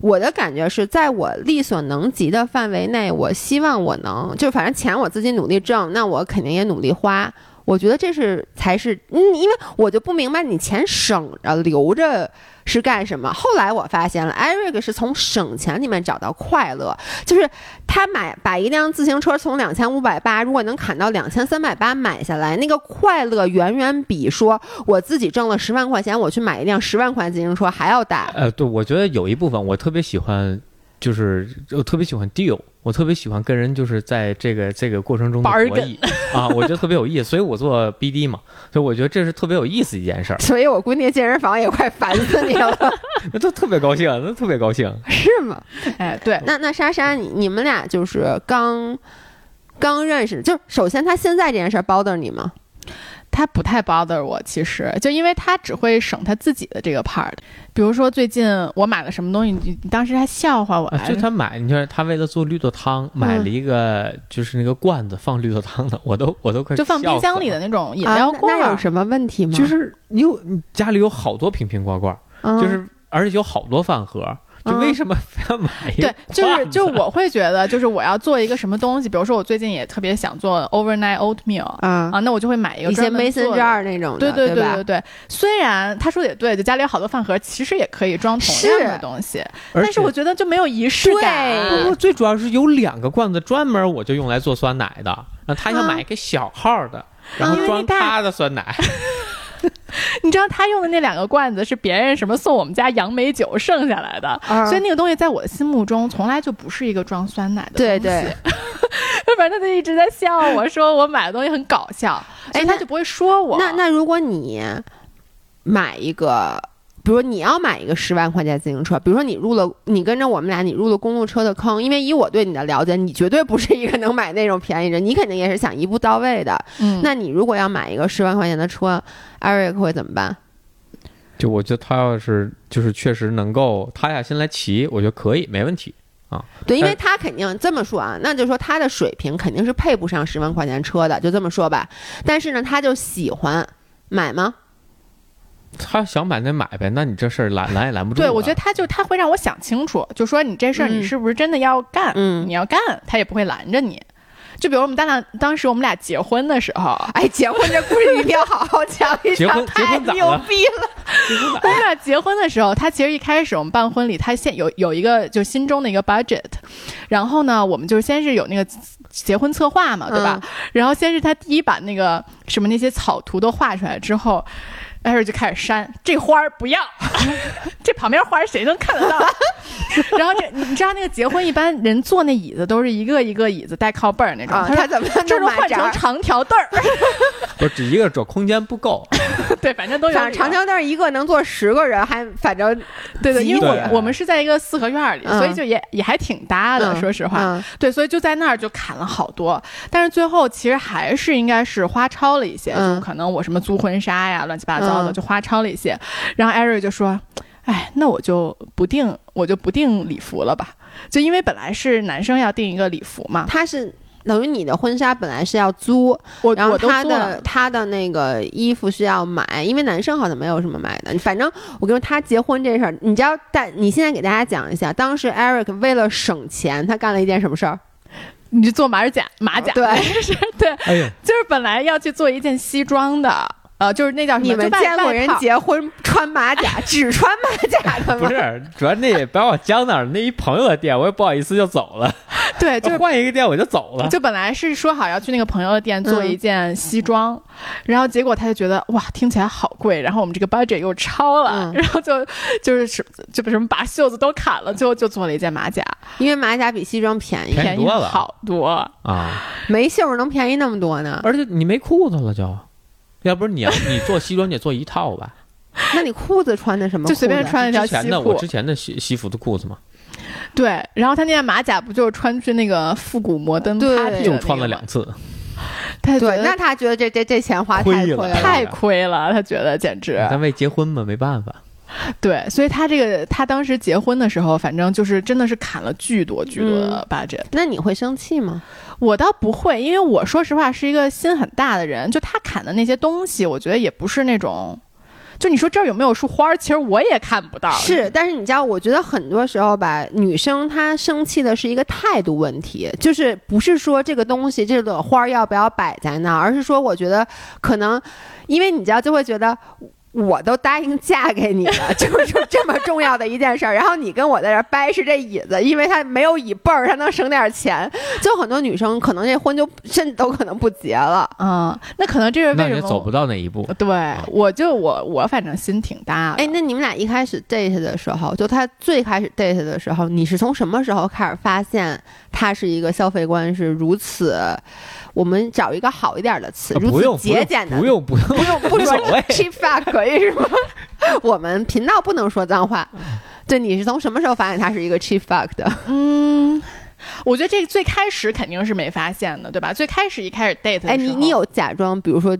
Speaker 1: 我的感觉是在我力所能及的范围内，我希望我能，就反正钱我自己努力挣，那我肯定也努力花。我觉得这是才是，嗯，因为我就不明白你钱省着留着是干什么。后来我发现了，Eric 是从省钱里面找到快乐，就是他买把一辆自行车从两千五百八，如果能砍到两千三百八买下来，那个快乐远远比说我自己挣了十万块钱，我去买一辆十万块钱自行车还要大。
Speaker 2: 呃，对，我觉得有一部分我特别喜欢，就是我特别喜欢 deal，我特别喜欢跟人就是在这个这个过程中的博
Speaker 3: Bargain
Speaker 2: 弈啊，我觉得特别有意思，所以我做 BD 嘛，所以我觉得这是特别有意思一件事儿，
Speaker 1: 所以我闺女健身房也快烦死你了，
Speaker 2: 那都特别高兴，那特别高兴。
Speaker 1: 是吗？
Speaker 3: 哎，对，
Speaker 1: 那那莎莎，你你们俩就是刚刚认识，就是首先他现在这件事儿 bother 你吗？
Speaker 3: 他不太 bother 我，其实就因为他只会省他自己的这个 part。比如说最近我买了什么东西，你你当时还笑话我
Speaker 2: 啊
Speaker 3: 来
Speaker 2: 就
Speaker 3: 着，
Speaker 2: 他买，你看他为了做绿豆汤，
Speaker 3: 嗯
Speaker 2: 买了一个就是那个罐子放绿豆汤的，我都我都快
Speaker 3: 就放冰
Speaker 2: 笑死
Speaker 3: 箱
Speaker 2: 了
Speaker 3: 里的那种饮
Speaker 1: 啊
Speaker 3: 料
Speaker 1: 那
Speaker 3: 罐儿，
Speaker 1: 那有什么问题吗？
Speaker 2: 就是你有你家里有好多瓶瓶罐罐，
Speaker 1: 嗯
Speaker 2: 就是而且有好多饭盒，就
Speaker 1: 嗯
Speaker 2: 为什么非要买一个
Speaker 3: 对
Speaker 2: 罐，子？
Speaker 3: 就是就我会觉得，就是我要做一个什么东西，比如说我最近也特别想做 overnight oatmeal 啊
Speaker 1: 啊，
Speaker 3: 那我就会买一个
Speaker 1: 一些
Speaker 3: 专门
Speaker 1: mason
Speaker 3: 做的
Speaker 1: jar 那种
Speaker 3: 对
Speaker 1: 的，
Speaker 3: 对
Speaker 1: 吧？
Speaker 3: 对对，虽然他说的也对，就家里有好多饭盒，其实也可以装同样的
Speaker 1: 是
Speaker 3: 东西，
Speaker 2: 而
Speaker 3: 但是
Speaker 2: 且
Speaker 3: 我觉得就没有仪式感。
Speaker 1: 对
Speaker 2: 不过最主要是有两个罐子专门我就用来做酸奶的，然后他
Speaker 3: 嗯
Speaker 2: 要买一个小号的，然后装他的酸奶。
Speaker 3: 你知道他用的那两个罐子是别人什么送我们家杨梅酒剩下来的，
Speaker 1: 啊
Speaker 3: 所以那个东西在我的心目中从来就不是一个装酸奶的东
Speaker 1: 啊对
Speaker 3: 西。
Speaker 1: 对，
Speaker 3: 反正他就一直在笑我说我买的东西很搞笑，所以
Speaker 1: 哎那
Speaker 3: 他就不会说我。
Speaker 1: 那那如果你买一个，比如你要买一个十万块钱自行车，比如说你入了，你跟着我们俩，你入了公路车的坑，因为以我对你的了解，你绝对不是一个能买那种便宜人，你肯定也是想一步到位的。
Speaker 3: 嗯
Speaker 1: 那你如果要买一个十万块钱的车，Eric 会怎么办？
Speaker 2: 就我觉得他要是就是确实能够，他俩先来骑，我觉得可以，没问题。
Speaker 1: 对，因为
Speaker 2: 哎
Speaker 1: 他肯定这么说啊，那就说他的水平肯定是配不上十万块钱车的，就这么说吧。但是呢，他就喜欢买吗？
Speaker 2: 他想买那买呗，那你这事儿拦拦也拦不住。
Speaker 3: 对，我觉得。他就他会让我想清楚，就说你这事儿你
Speaker 1: 嗯
Speaker 3: 是不是真的要干？
Speaker 1: 嗯
Speaker 3: 你要干，他也不会拦着你。就比如我们当俩当时我们俩结婚的时候，
Speaker 1: 哎，结婚这故事一定要好好讲一
Speaker 2: 结
Speaker 1: 讲
Speaker 2: 婚，结
Speaker 1: 太
Speaker 2: 婚咋
Speaker 1: 牛
Speaker 2: 了
Speaker 1: 逼了。
Speaker 3: 我们俩结婚的时候，他其实一开始我们办婚礼，他先有有一个就心中的一个 budget，然后呢，我们就是先是有那个结婚策划嘛，对
Speaker 1: 嗯
Speaker 3: 吧？然后先是他第一把那个什么那些草图都画出来之后。艾瑞就开始删这花儿不要， 这旁边花儿谁能看得到？ 然后这你知道那个结婚一般人坐那椅子都是一个一个椅子带靠背儿那种，
Speaker 1: 啊，
Speaker 3: 他
Speaker 1: 他
Speaker 3: 说
Speaker 1: 怎么能
Speaker 3: 这都
Speaker 1: 买
Speaker 3: 换
Speaker 1: 这
Speaker 3: 成
Speaker 1: 儿？
Speaker 3: 长条凳儿，
Speaker 2: 不是只一个主要空间不够，
Speaker 3: 对，反正都有
Speaker 1: 反正
Speaker 3: 理由
Speaker 1: 长江那儿一个能坐十个人，还反正
Speaker 3: 对对，因为
Speaker 2: 对
Speaker 3: 我我们是在一个四合院儿里，
Speaker 1: 啊嗯
Speaker 3: 所以就也也还挺搭的，
Speaker 1: 嗯
Speaker 3: 说实话。
Speaker 1: 嗯
Speaker 3: 对，所以就在那儿就砍了好多，但是最后其实还是应该是花超了一些，
Speaker 1: 嗯
Speaker 3: 就可能我什么租婚纱呀，乱七八糟的、
Speaker 1: 嗯
Speaker 3: 就花超了一些。然后艾瑞就说：“哎，那我就不定，我就不定礼服了吧。”就因为本来是男生要定一个礼服嘛，
Speaker 1: 他是。等于你的婚纱本来是要租，
Speaker 3: 我
Speaker 1: 然后
Speaker 3: 我都
Speaker 1: 他
Speaker 3: 租
Speaker 1: 的
Speaker 3: 了，
Speaker 1: 他的那个衣服是要买，因为男生好像没有什么买的。反正我跟你说，他结婚这事儿，你知道，但你现在给大家讲一下，当时 Eric 为了省钱，他干了一件什么事儿？
Speaker 3: 你就做马甲马甲，
Speaker 1: 对，
Speaker 3: 是，对，
Speaker 2: 哎 呀，
Speaker 3: 就是本来要去做一件西装的，呃，就是那叫什么？
Speaker 1: 你们
Speaker 3: 就外
Speaker 1: 见过人
Speaker 3: 外套
Speaker 1: 结婚穿马 甲，只穿马甲的
Speaker 2: 不
Speaker 1: 吗？
Speaker 2: 是，主要那也把我僵那儿那一朋友的店，我也不好意思就走了，
Speaker 3: 对， 就 是
Speaker 2: 换一个店我就走了。
Speaker 3: 就本来是说好要去那个朋友的店做一件西装，
Speaker 1: 嗯
Speaker 3: 然后结果他就觉得哇，听起来好贵，然后我们这个 budget 又超了，
Speaker 1: 嗯
Speaker 3: 然后就就是什就什么把袖子都砍了，最后就做了一件马甲，
Speaker 1: 因为马甲比西装便宜，
Speaker 2: 便宜
Speaker 3: 便宜
Speaker 2: 多了
Speaker 3: 好多。
Speaker 2: 啊，
Speaker 1: 没袖儿能便宜那么多呢？
Speaker 2: 而且你没裤子了就，要不是你要你做西装你也做一套吧。
Speaker 1: 那你裤子穿的什么裤
Speaker 3: 就
Speaker 1: 子？啊
Speaker 3: 随便 穿了一条
Speaker 2: 之前
Speaker 3: 西
Speaker 2: 的我
Speaker 3: 裤
Speaker 2: 之，前的西西服的裤子嘛，
Speaker 3: 对，然后他那件马甲不就是穿去那个复古摩登 party
Speaker 1: 对
Speaker 3: 的那个吗
Speaker 2: 又穿了两，次，
Speaker 3: 他就觉
Speaker 1: 对，
Speaker 3: 得
Speaker 1: 那他觉得这这这钱花太
Speaker 2: 亏
Speaker 1: 亏
Speaker 2: 了
Speaker 1: 了。嗯
Speaker 3: 太亏了，他觉得简直。
Speaker 2: 但为结婚嘛没办法，
Speaker 3: 对，所以他这个他当时结婚的时候，反正就是真的是砍了巨多巨多
Speaker 1: 嗯
Speaker 3: 的 budget。
Speaker 1: 那你会生气吗？
Speaker 3: 我倒不会，因为我说实话是一个心很大的人，就他砍的那些东西，我觉得也不是那种。就你说这儿有没有束花儿？其实我也看不到。
Speaker 1: 是，但是你知道，我觉得很多时候吧，女生她生气的是一个态度问题，就是不是说这个东西这朵花儿要不要摆在那儿，而是说我觉得可能，因为你知道就会觉得。我都答应嫁给你了， 就是这么重要的一件事儿。然后你跟我在这儿掰是这椅子，因为她没有椅背儿，她能省点钱。就很多女生可能这婚就甚至都可能不结了。
Speaker 3: 嗯，那可能这是
Speaker 2: 那
Speaker 3: 为
Speaker 2: 你
Speaker 3: 什
Speaker 2: 就
Speaker 3: 么
Speaker 2: 走不啊到那一步。
Speaker 3: 对，我就我我反正心挺大的。
Speaker 1: 哎，那你们俩一开始 date 的时候，就他最开始 date 的时候，你是从什么时候开始发现他是一个消费观是如此？我们找一个好一点的词，
Speaker 3: 呃
Speaker 2: 啊
Speaker 1: 如
Speaker 2: 不用
Speaker 1: 此节俭的，
Speaker 2: 不用不用，
Speaker 1: 不用不
Speaker 2: 无
Speaker 1: 说
Speaker 2: 所谓
Speaker 1: cheap fuck 可以是吗？我们频道不能说脏话。
Speaker 2: 嗯
Speaker 1: 对，你是从什么时候发现他是一个 cheap fuck 的？
Speaker 3: 嗯，我觉得这个最开始肯定是没发现的，对吧？最开始一开始 date 的
Speaker 1: 哎，你
Speaker 3: 时候
Speaker 1: 你有假装，比如说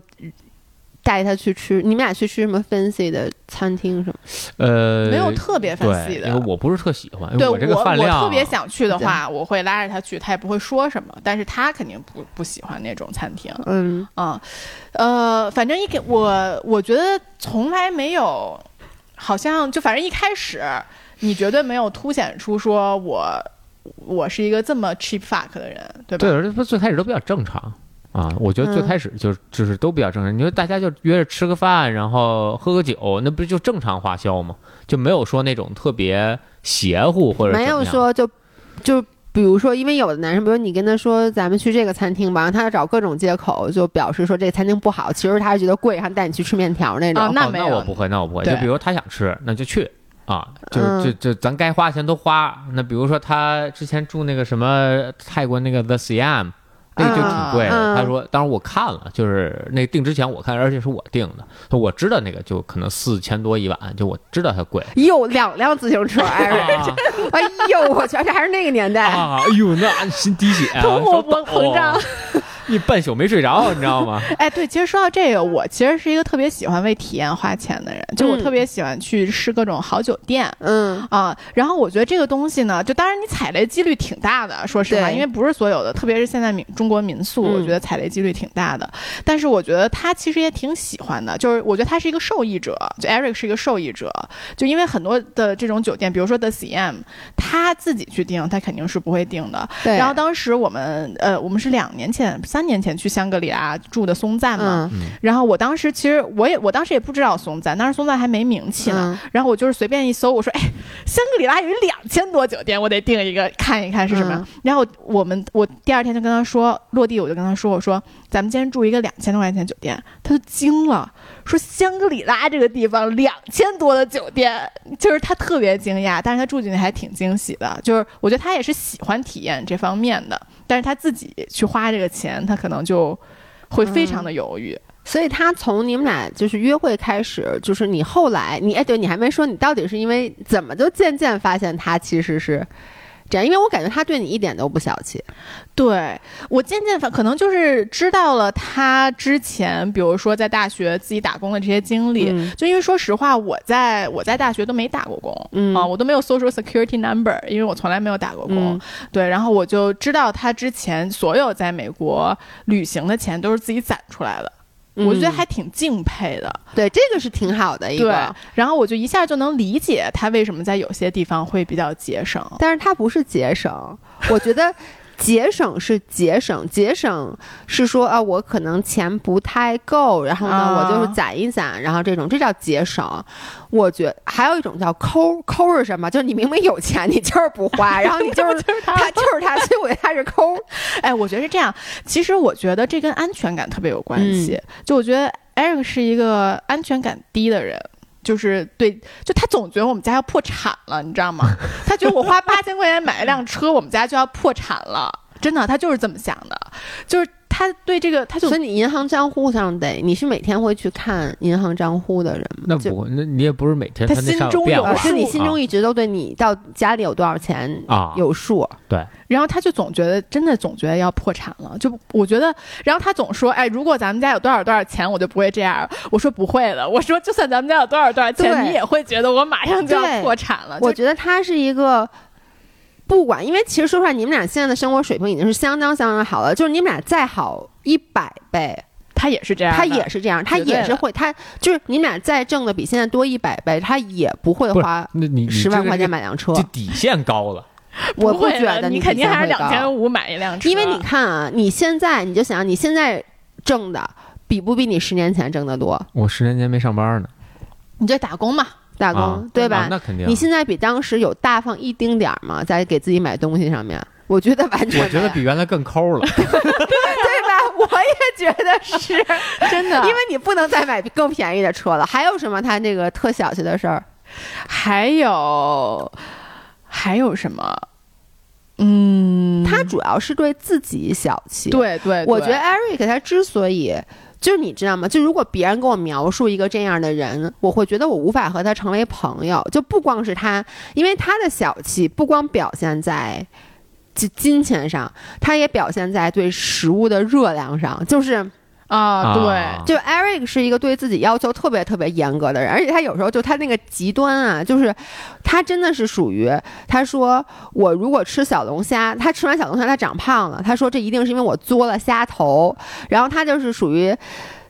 Speaker 1: 带他去吃，你们俩去吃什么 fancy 的餐厅什么？
Speaker 2: 呃，
Speaker 3: 没有特别
Speaker 2: 对
Speaker 3: fancy 的
Speaker 2: 因为？我不是特喜欢，因为
Speaker 3: 对
Speaker 2: 这个饭量
Speaker 3: 我特别想去的
Speaker 1: 对
Speaker 3: 话，我会拉着他去，他也不会说什么，但是他肯定不不喜欢那种餐厅。
Speaker 1: 嗯，
Speaker 3: 嗯，呃，反正一给我，我觉得从来没有，好像就反正一开始，你绝对没有凸显出说我我是一个这么 cheap fuck 的人，对吧？
Speaker 2: 对，而且最开始都比较正常啊。我觉得最
Speaker 1: 嗯
Speaker 2: 开始就、就是都比较正常。你说大家就约着吃个饭，然后喝个酒，那不就正常花销吗？就没有说那种特别邪乎或者
Speaker 1: 没
Speaker 2: 怎么
Speaker 1: 有
Speaker 2: 样
Speaker 1: 说就就比如说，因为有的男生，比如你跟他说咱们去这个餐厅吧，然后他就找各种借口，就表示说这餐厅不好，其实他是觉得贵，然后带你去吃面条那种。
Speaker 3: 啊那
Speaker 2: 哦
Speaker 3: 没有
Speaker 2: 我不会，那我不会。
Speaker 3: 对
Speaker 2: 就比如他想吃，那就去啊，就
Speaker 1: 嗯
Speaker 2: 就就咱该花钱都花。那比如说他之前住那个什么泰国那个 The Siam。那就挺贵的，
Speaker 1: 嗯嗯
Speaker 2: 他说，当时我看了，就是那订之前我看，而且是我订的，我知道那个就可能四千多一晚，就我知道它贵。
Speaker 1: 又两辆自行车，哎
Speaker 2: 啊
Speaker 1: 哎呦，我去，这还是那个年代。
Speaker 2: 啊！
Speaker 3: 哦
Speaker 2: 哎呦，那心滴血、 啊，
Speaker 3: 通货膨
Speaker 2: 手抖
Speaker 3: 膨胀，
Speaker 2: 一半宿没睡着，你知道 吗？
Speaker 3: 哎，对，其实说到这个，我其实是一个特别喜欢为体验花钱的人，就我
Speaker 1: 嗯
Speaker 3: 特别喜欢去试各种好酒店。
Speaker 1: 嗯，
Speaker 3: 啊、然后我觉得这个东西呢，就当然你踩雷几率挺大的，说实话，
Speaker 1: 对
Speaker 3: 因为不是所有的，特别是现在民中国民宿，
Speaker 1: 嗯
Speaker 3: 我觉得踩雷几率挺大的。但是我觉得他其实也挺喜欢的，就是我觉得他是一个受益者，就 Eric 是一个受益者，就因为很多的这种酒店，比如说 The CM，他自己去订，他肯定是不会订的，
Speaker 1: 对。
Speaker 3: 然后当时我们呃，我们是两年前、三年前去香格里拉住的松赞嘛。
Speaker 1: 嗯
Speaker 3: 然后我当时其实我也我当时也不知道松赞，当时松赞还没名气
Speaker 1: 嗯
Speaker 3: 呢。然后我就是随便一搜，我说哎，香格里拉有两千多酒店，我得订一个看一看是什么。
Speaker 1: 嗯
Speaker 3: 然后我们我第二天就跟他说落地，我就跟他说我说咱们今天住一个两千多块钱酒店，他就惊了，说香格里拉这个地方两千多的酒店，就是他特别惊讶，但是他住进去还挺惊喜的，就是我觉得他也是喜欢体验这方面的，但是他自己去花这个钱，他可能就会非常的犹豫。
Speaker 1: 所以他从你们俩就是约会开始，就是你后来你哎，对你还没说你到底是因为怎么就渐渐发现他其实是这样，因为我感觉他对你一点都不小气。
Speaker 3: 对我渐渐反可能就是知道了他之前，比如说在大学自己打工的这些经历，
Speaker 1: 嗯
Speaker 3: 就因为说实话，我在我在大学都没打过工，
Speaker 1: 嗯
Speaker 3: 啊，我都没有 social security number，因为我从来没有打过工。
Speaker 1: 嗯
Speaker 3: 对，然后我就知道他之前所有在美国旅行的钱都是自己攒出来的，
Speaker 1: 嗯
Speaker 3: 我就觉得还挺敬佩的。
Speaker 1: 对，这个是挺好的一
Speaker 3: 对
Speaker 1: 个。，
Speaker 3: 然后我就一下就能理解他为什么在有些地方会比较节省。
Speaker 1: 但是它不是节省，我觉得节省是节省，节省是说啊，我可能钱不太够，然后呢，
Speaker 3: 啊
Speaker 1: 我就是攒一攒，然后这种这叫节省。我觉还有一种叫抠，抠是什么？就是你明明有钱，你就是不花，然后你就是
Speaker 3: 就是他
Speaker 1: 他就是他，所以我觉得他是抠。
Speaker 3: 哎，我觉得是这样。其实我觉得这跟安全感特别有关
Speaker 1: 嗯
Speaker 3: 系。就我觉得 Eric 是一个安全感低的人。就是对，就他总觉得我们家要破产了，你知道吗？ 他觉得我花八千块钱买一辆车，我们家就要破产了，真的，他就是这么想的。就是他对这个他 就
Speaker 1: 所以你银行账户上得，你是每天会去看银行账户的人吗？
Speaker 2: 那
Speaker 1: 就
Speaker 2: 不，那你也不是每天
Speaker 3: 他
Speaker 2: 它那
Speaker 3: 心
Speaker 2: 上
Speaker 3: 中
Speaker 2: 变
Speaker 3: 有
Speaker 2: 化
Speaker 1: 呃
Speaker 3: 数
Speaker 1: 是你心中
Speaker 2: 啊
Speaker 1: 一直都对你到家里有多少钱
Speaker 2: 啊，
Speaker 1: 有数，
Speaker 3: 然后他就总觉得，真的总觉得要破产了。就我觉得，然后他总说，哎，如果咱们家有多少多少钱，我就不会这样。我说不会的，我说就算咱们家有多少多少钱，
Speaker 1: 对
Speaker 3: 你也会觉得我马上就要
Speaker 1: 对
Speaker 3: 破产了。
Speaker 1: 我
Speaker 3: 啊就
Speaker 1: 觉得他是一个。不管，因为其实说实话，你们俩现在的生活水平已经是相当相当好了。就是你们俩再好一百倍，
Speaker 3: 他也是这样的，
Speaker 1: 他也是这样，他
Speaker 3: 绝对
Speaker 1: 也是
Speaker 3: 的
Speaker 1: 会，他就是你们俩再挣的比现在多一百倍，他也不会
Speaker 2: 不是
Speaker 1: 花
Speaker 2: 那你你
Speaker 1: 十
Speaker 2: 这
Speaker 1: 万
Speaker 2: 个
Speaker 1: 块
Speaker 2: 这
Speaker 1: 钱
Speaker 2: 个
Speaker 1: 买辆车
Speaker 2: 就。底线高了，
Speaker 1: 我
Speaker 3: 不会
Speaker 1: 觉
Speaker 3: 的
Speaker 1: 得
Speaker 3: 你
Speaker 1: 你
Speaker 3: 肯定还是两千
Speaker 1: 五，
Speaker 3: 五买一辆车，
Speaker 1: 因为你看啊，你现在你就想，你现在挣的比不比你十年前挣的多？
Speaker 2: 我十年前没上班呢，
Speaker 3: 你这打工嘛，
Speaker 1: 打工、
Speaker 2: 啊
Speaker 1: 对
Speaker 2: 啊
Speaker 1: 吧？
Speaker 2: 那肯定啊，
Speaker 1: 你现在比当时有大方一丁点儿吗？在给自己买东西上面，我觉得完全
Speaker 2: 我觉得
Speaker 1: 没有
Speaker 2: 比原来更抠了，
Speaker 1: 对吧？我也觉得 是，
Speaker 3: 真的
Speaker 1: 因为你不能再买更便宜的车了。还有什么他那个特小气的事儿？
Speaker 3: 还有还有什么？嗯，
Speaker 1: 他主要是对自己小气。，
Speaker 3: 对对，
Speaker 1: 我觉
Speaker 3: 对
Speaker 1: 得 Eric 他之所以。就是你知道吗？就如果别人跟我描述一个这样的人，我会觉得我无法和他成为朋友。就不光是他，因为他的小气不光表现在金金钱上，他也表现在对食物的热量上。就是
Speaker 3: 啊，对，
Speaker 1: 就 Eric 是一个对自己要求特别特别严格的人，而且他有时候就他那个极端啊，就是他真的是属于他说我如果吃小龙虾，他吃完小龙虾他长胖了，他说这一定是因为我嘬了虾头，然后他就是属于。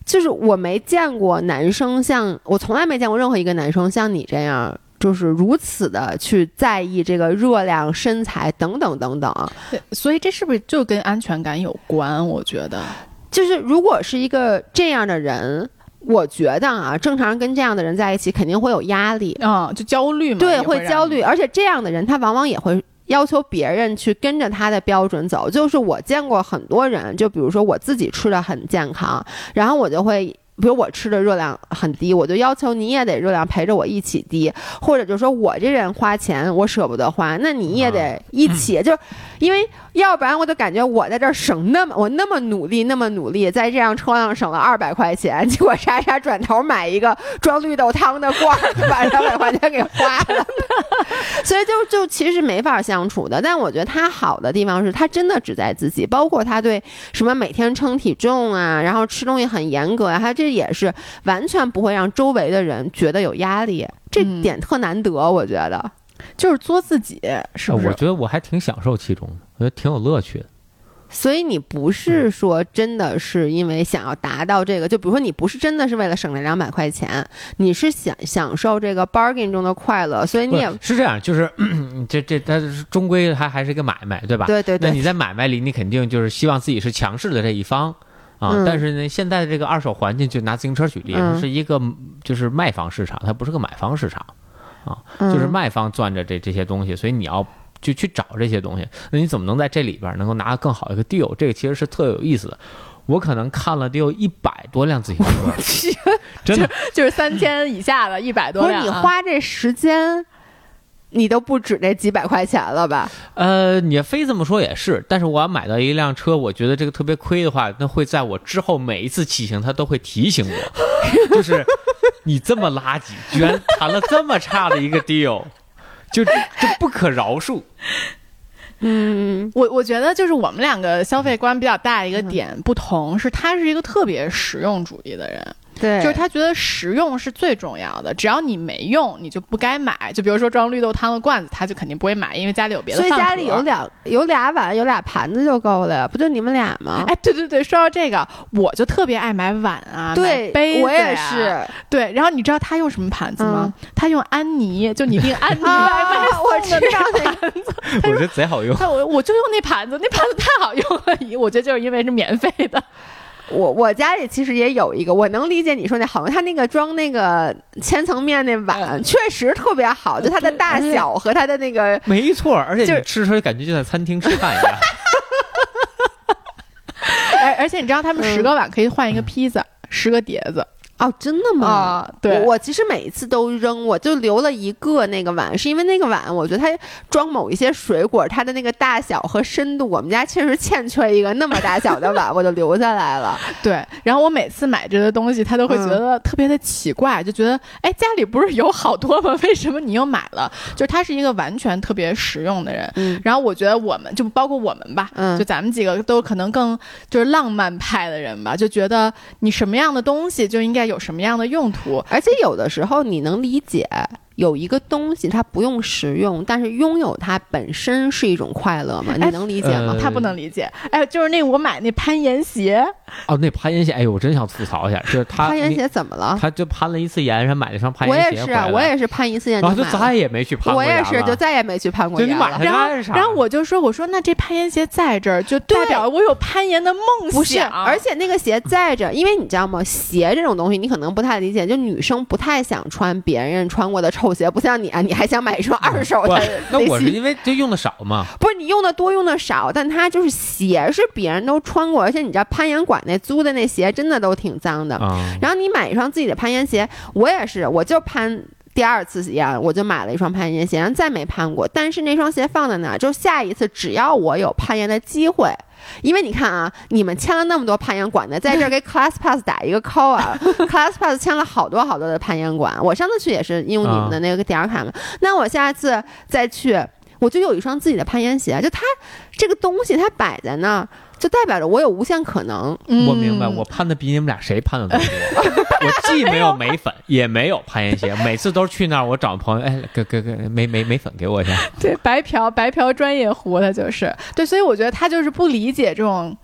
Speaker 1: 就是我没见过男生像我从来没见过任何一个男生像你这样，就是如此的去在意这个热量、身材等等等啊等。
Speaker 3: 对所以这是不是就跟安全感有关？我觉得。
Speaker 1: 就是如果是一个这样的人，我觉得啊，正常人跟这样的人在一起肯定会有压力，
Speaker 3: 啊，就焦虑嘛，
Speaker 1: 对，
Speaker 3: 也会
Speaker 1: 会焦虑，而且这样的人他往往也会。要求别人去跟着他的标准走，就是我见过很多人，就比如说我自己吃的很健康，然后我就会，比如我吃的热量很低，我就要求你也得热量陪着我一起低，或者就说我这人花钱我舍不得花，那你也得一起，就是因为要不然我就感觉我在这儿省那么我那么努力那么努力，在这辆车上省了二百块钱，结果莎莎转头买一个装绿豆汤的罐儿，就把两 百块钱给花了，所以就就其实没法相处的。但我觉得他好的地方是他真的只在自己，包括他对什么每天称体重啊，然后吃东西很严格啊，他这也是完全不会让周围的人觉得有压力，这
Speaker 3: 嗯
Speaker 1: 点特难得，我觉得。
Speaker 3: 就是作自己，是
Speaker 2: 啊
Speaker 3: 不是？
Speaker 2: 我觉得我还挺享受其中的，我觉得挺有乐趣的。
Speaker 1: 所以你不
Speaker 2: 嗯
Speaker 1: 是说真的是因为想要达到这个，就比如说你不是真的是为了省那两百块钱，你是想享受这个 bargain 中的快乐，所以你
Speaker 2: 不
Speaker 1: 也
Speaker 2: 是是这样，就是 嗯这这它是终归它还是一个买卖，对吧？
Speaker 1: 对对
Speaker 2: 那
Speaker 1: 对
Speaker 2: 你在买卖里，你肯定就是希望自己是强势的这一方啊。
Speaker 1: 嗯
Speaker 2: 但是呢，现在的这个二手环境，就拿自行车举例，
Speaker 1: 嗯
Speaker 2: 它是一个就是卖方市场，它不是个买方市场，
Speaker 1: 嗯
Speaker 2: 就是卖方攥着这这些东西，所以你要。就去找这些东西，那你怎么能在这里边能够拿到更好一个 deal？这个其实是特有意思的。我可能看了得有一百多辆自行车，真的
Speaker 3: 就是三千以下的，一百多
Speaker 1: 不是
Speaker 3: 辆、啊，
Speaker 1: 你花这时间，你都不止那几百块钱了吧？
Speaker 2: 呃，你非这么说也是，但是我要买到一辆车，我觉得这个特别亏的话，那会在我之后每一次骑行，它都会提醒我， 就是你这么垃圾，居然谈了这么差的一个 deal，就这不可饶恕。
Speaker 1: 嗯，
Speaker 3: 我我觉得就是我们两个消费观比较大的一个点不同是，他是一个特别实用主义的人，
Speaker 1: 对，
Speaker 3: 就是他觉得实用是最重要的，只要你没用，你就不该买。就比如说装绿豆汤的罐子，他就肯定不会买，因为家里有别的
Speaker 1: 所
Speaker 3: 饭
Speaker 1: 以
Speaker 3: 盒。
Speaker 1: 家里有两有俩碗有俩盘子就够了呀，不就你们俩吗？啊
Speaker 3: 哎，对对对，说到这个，我就特别爱买碗啊，
Speaker 1: 对
Speaker 3: 买杯子、呀
Speaker 1: 我也是，嗯
Speaker 3: 对，然后你知道他用什么盘子吗？他用安妮，就你订安妮外卖
Speaker 1: 啊，我知
Speaker 3: 送的那
Speaker 1: 道
Speaker 3: 个
Speaker 1: 那个，
Speaker 2: 我觉得贼好用。
Speaker 3: 那我我就用那盘子，那盘子太好用了，我觉得就是因为是免费 的。
Speaker 1: 我我家里其实也有一个，我能理解你说那好用，它那个装那个千层面那碗
Speaker 3: 嗯
Speaker 1: 确实特别好，就它的大小和它的那个，
Speaker 2: 没错，而且
Speaker 1: 就是
Speaker 2: 你吃的时候感觉就在餐厅吃饭一样。
Speaker 3: 而而且你知道他们十个碗可以换一个披萨，十个碟子，
Speaker 1: 哦，真的吗？
Speaker 3: 啊对
Speaker 1: 我我其实每一次都扔，我就留了一个那个碗，是因为那个碗，我觉得它装某一些水果，它的那个大小和深度，我们家确实欠缺一个那么大小的碗，我就留下来了。
Speaker 3: 对，然后我每次买这些东西，他都会
Speaker 1: 嗯
Speaker 3: 觉得特别的奇怪，就觉得哎，家里不是有好多吗？为什么你又买了？就是他是一个完全特别实用的人。
Speaker 1: 嗯
Speaker 3: 然后我觉得我们就包括我们吧，
Speaker 1: 嗯
Speaker 3: 就咱们几个都可能更就是浪漫派的人吧，就觉得你什么样的东西就应该有什么样的用途。
Speaker 1: 而且有的时候你能理解，有一个东西它不用实用，但是拥有它本身是一种快乐吗？你能理解吗？
Speaker 2: 呃
Speaker 3: 他不能理解，哎，就是那我买那攀岩鞋，
Speaker 2: 哦，那攀岩鞋，哎呦，我真想吐槽一下，就是他
Speaker 1: 攀岩，鞋怎么了
Speaker 2: 那？他就攀了一次岩，然后买了双攀
Speaker 1: 我
Speaker 2: 岩
Speaker 1: 也
Speaker 2: 鞋
Speaker 1: 是啊
Speaker 2: 回来，了
Speaker 1: 我也是攀一次岩
Speaker 2: 然后
Speaker 1: 就
Speaker 2: 就
Speaker 1: 买了
Speaker 2: 再也没去攀
Speaker 1: 我
Speaker 2: 过
Speaker 1: 也
Speaker 2: 岩
Speaker 1: 是，
Speaker 2: 了
Speaker 1: 就再也没去攀过
Speaker 2: 就你
Speaker 1: 岩
Speaker 2: 买
Speaker 1: 了
Speaker 2: 它。
Speaker 3: 然
Speaker 2: 干啥
Speaker 3: 后
Speaker 2: 呀
Speaker 3: 然后我就说，我说那这攀岩鞋在这儿，就代表我有攀岩的梦想。
Speaker 1: 不是，而且那个鞋在这儿，因为你知道吗？鞋这种东西你可能不太理解，就女生不太想穿别人穿过的臭鞋，不像你啊，你还想买一双二 手
Speaker 2: 不
Speaker 1: 的
Speaker 2: 那
Speaker 1: 雷
Speaker 2: 我是
Speaker 1: 西。
Speaker 2: 因为就用的少嘛，
Speaker 1: 不是你用的多用的少，但它就是鞋是别人都穿过，而且你知道攀岩馆那租的那鞋真的都挺脏的。
Speaker 2: 啊，
Speaker 1: 然后你买一双自己的攀岩鞋，我也是，我就攀。第二次岩，我就买了一双攀岩鞋，然后再没攀过。但是那双鞋放在那儿，就下一次只要我有攀岩的机会，因为你看啊，你们签了那么多攀岩馆的，在这儿给 Class Pass 打一个 call 啊 ，Class Pass 签了好多好多的攀岩馆。我上次去也是用你们
Speaker 3: 啊
Speaker 1: 的那个点儿卡嘛，那我下次再去，我就有一双自己的攀岩鞋。就它这个东西，它摆在那儿，就代表着我有无限可能。
Speaker 3: 嗯
Speaker 2: 我明白，我攀的比你们俩谁攀的都多。我 既没有眉粉，也没有攀岩鞋，每次都是去那儿，我找朋友，哎，给给给眉眉眉粉给我一下。
Speaker 3: 对，白嫖白嫖专业户，他就是对，所以我觉得他就是不理解这种，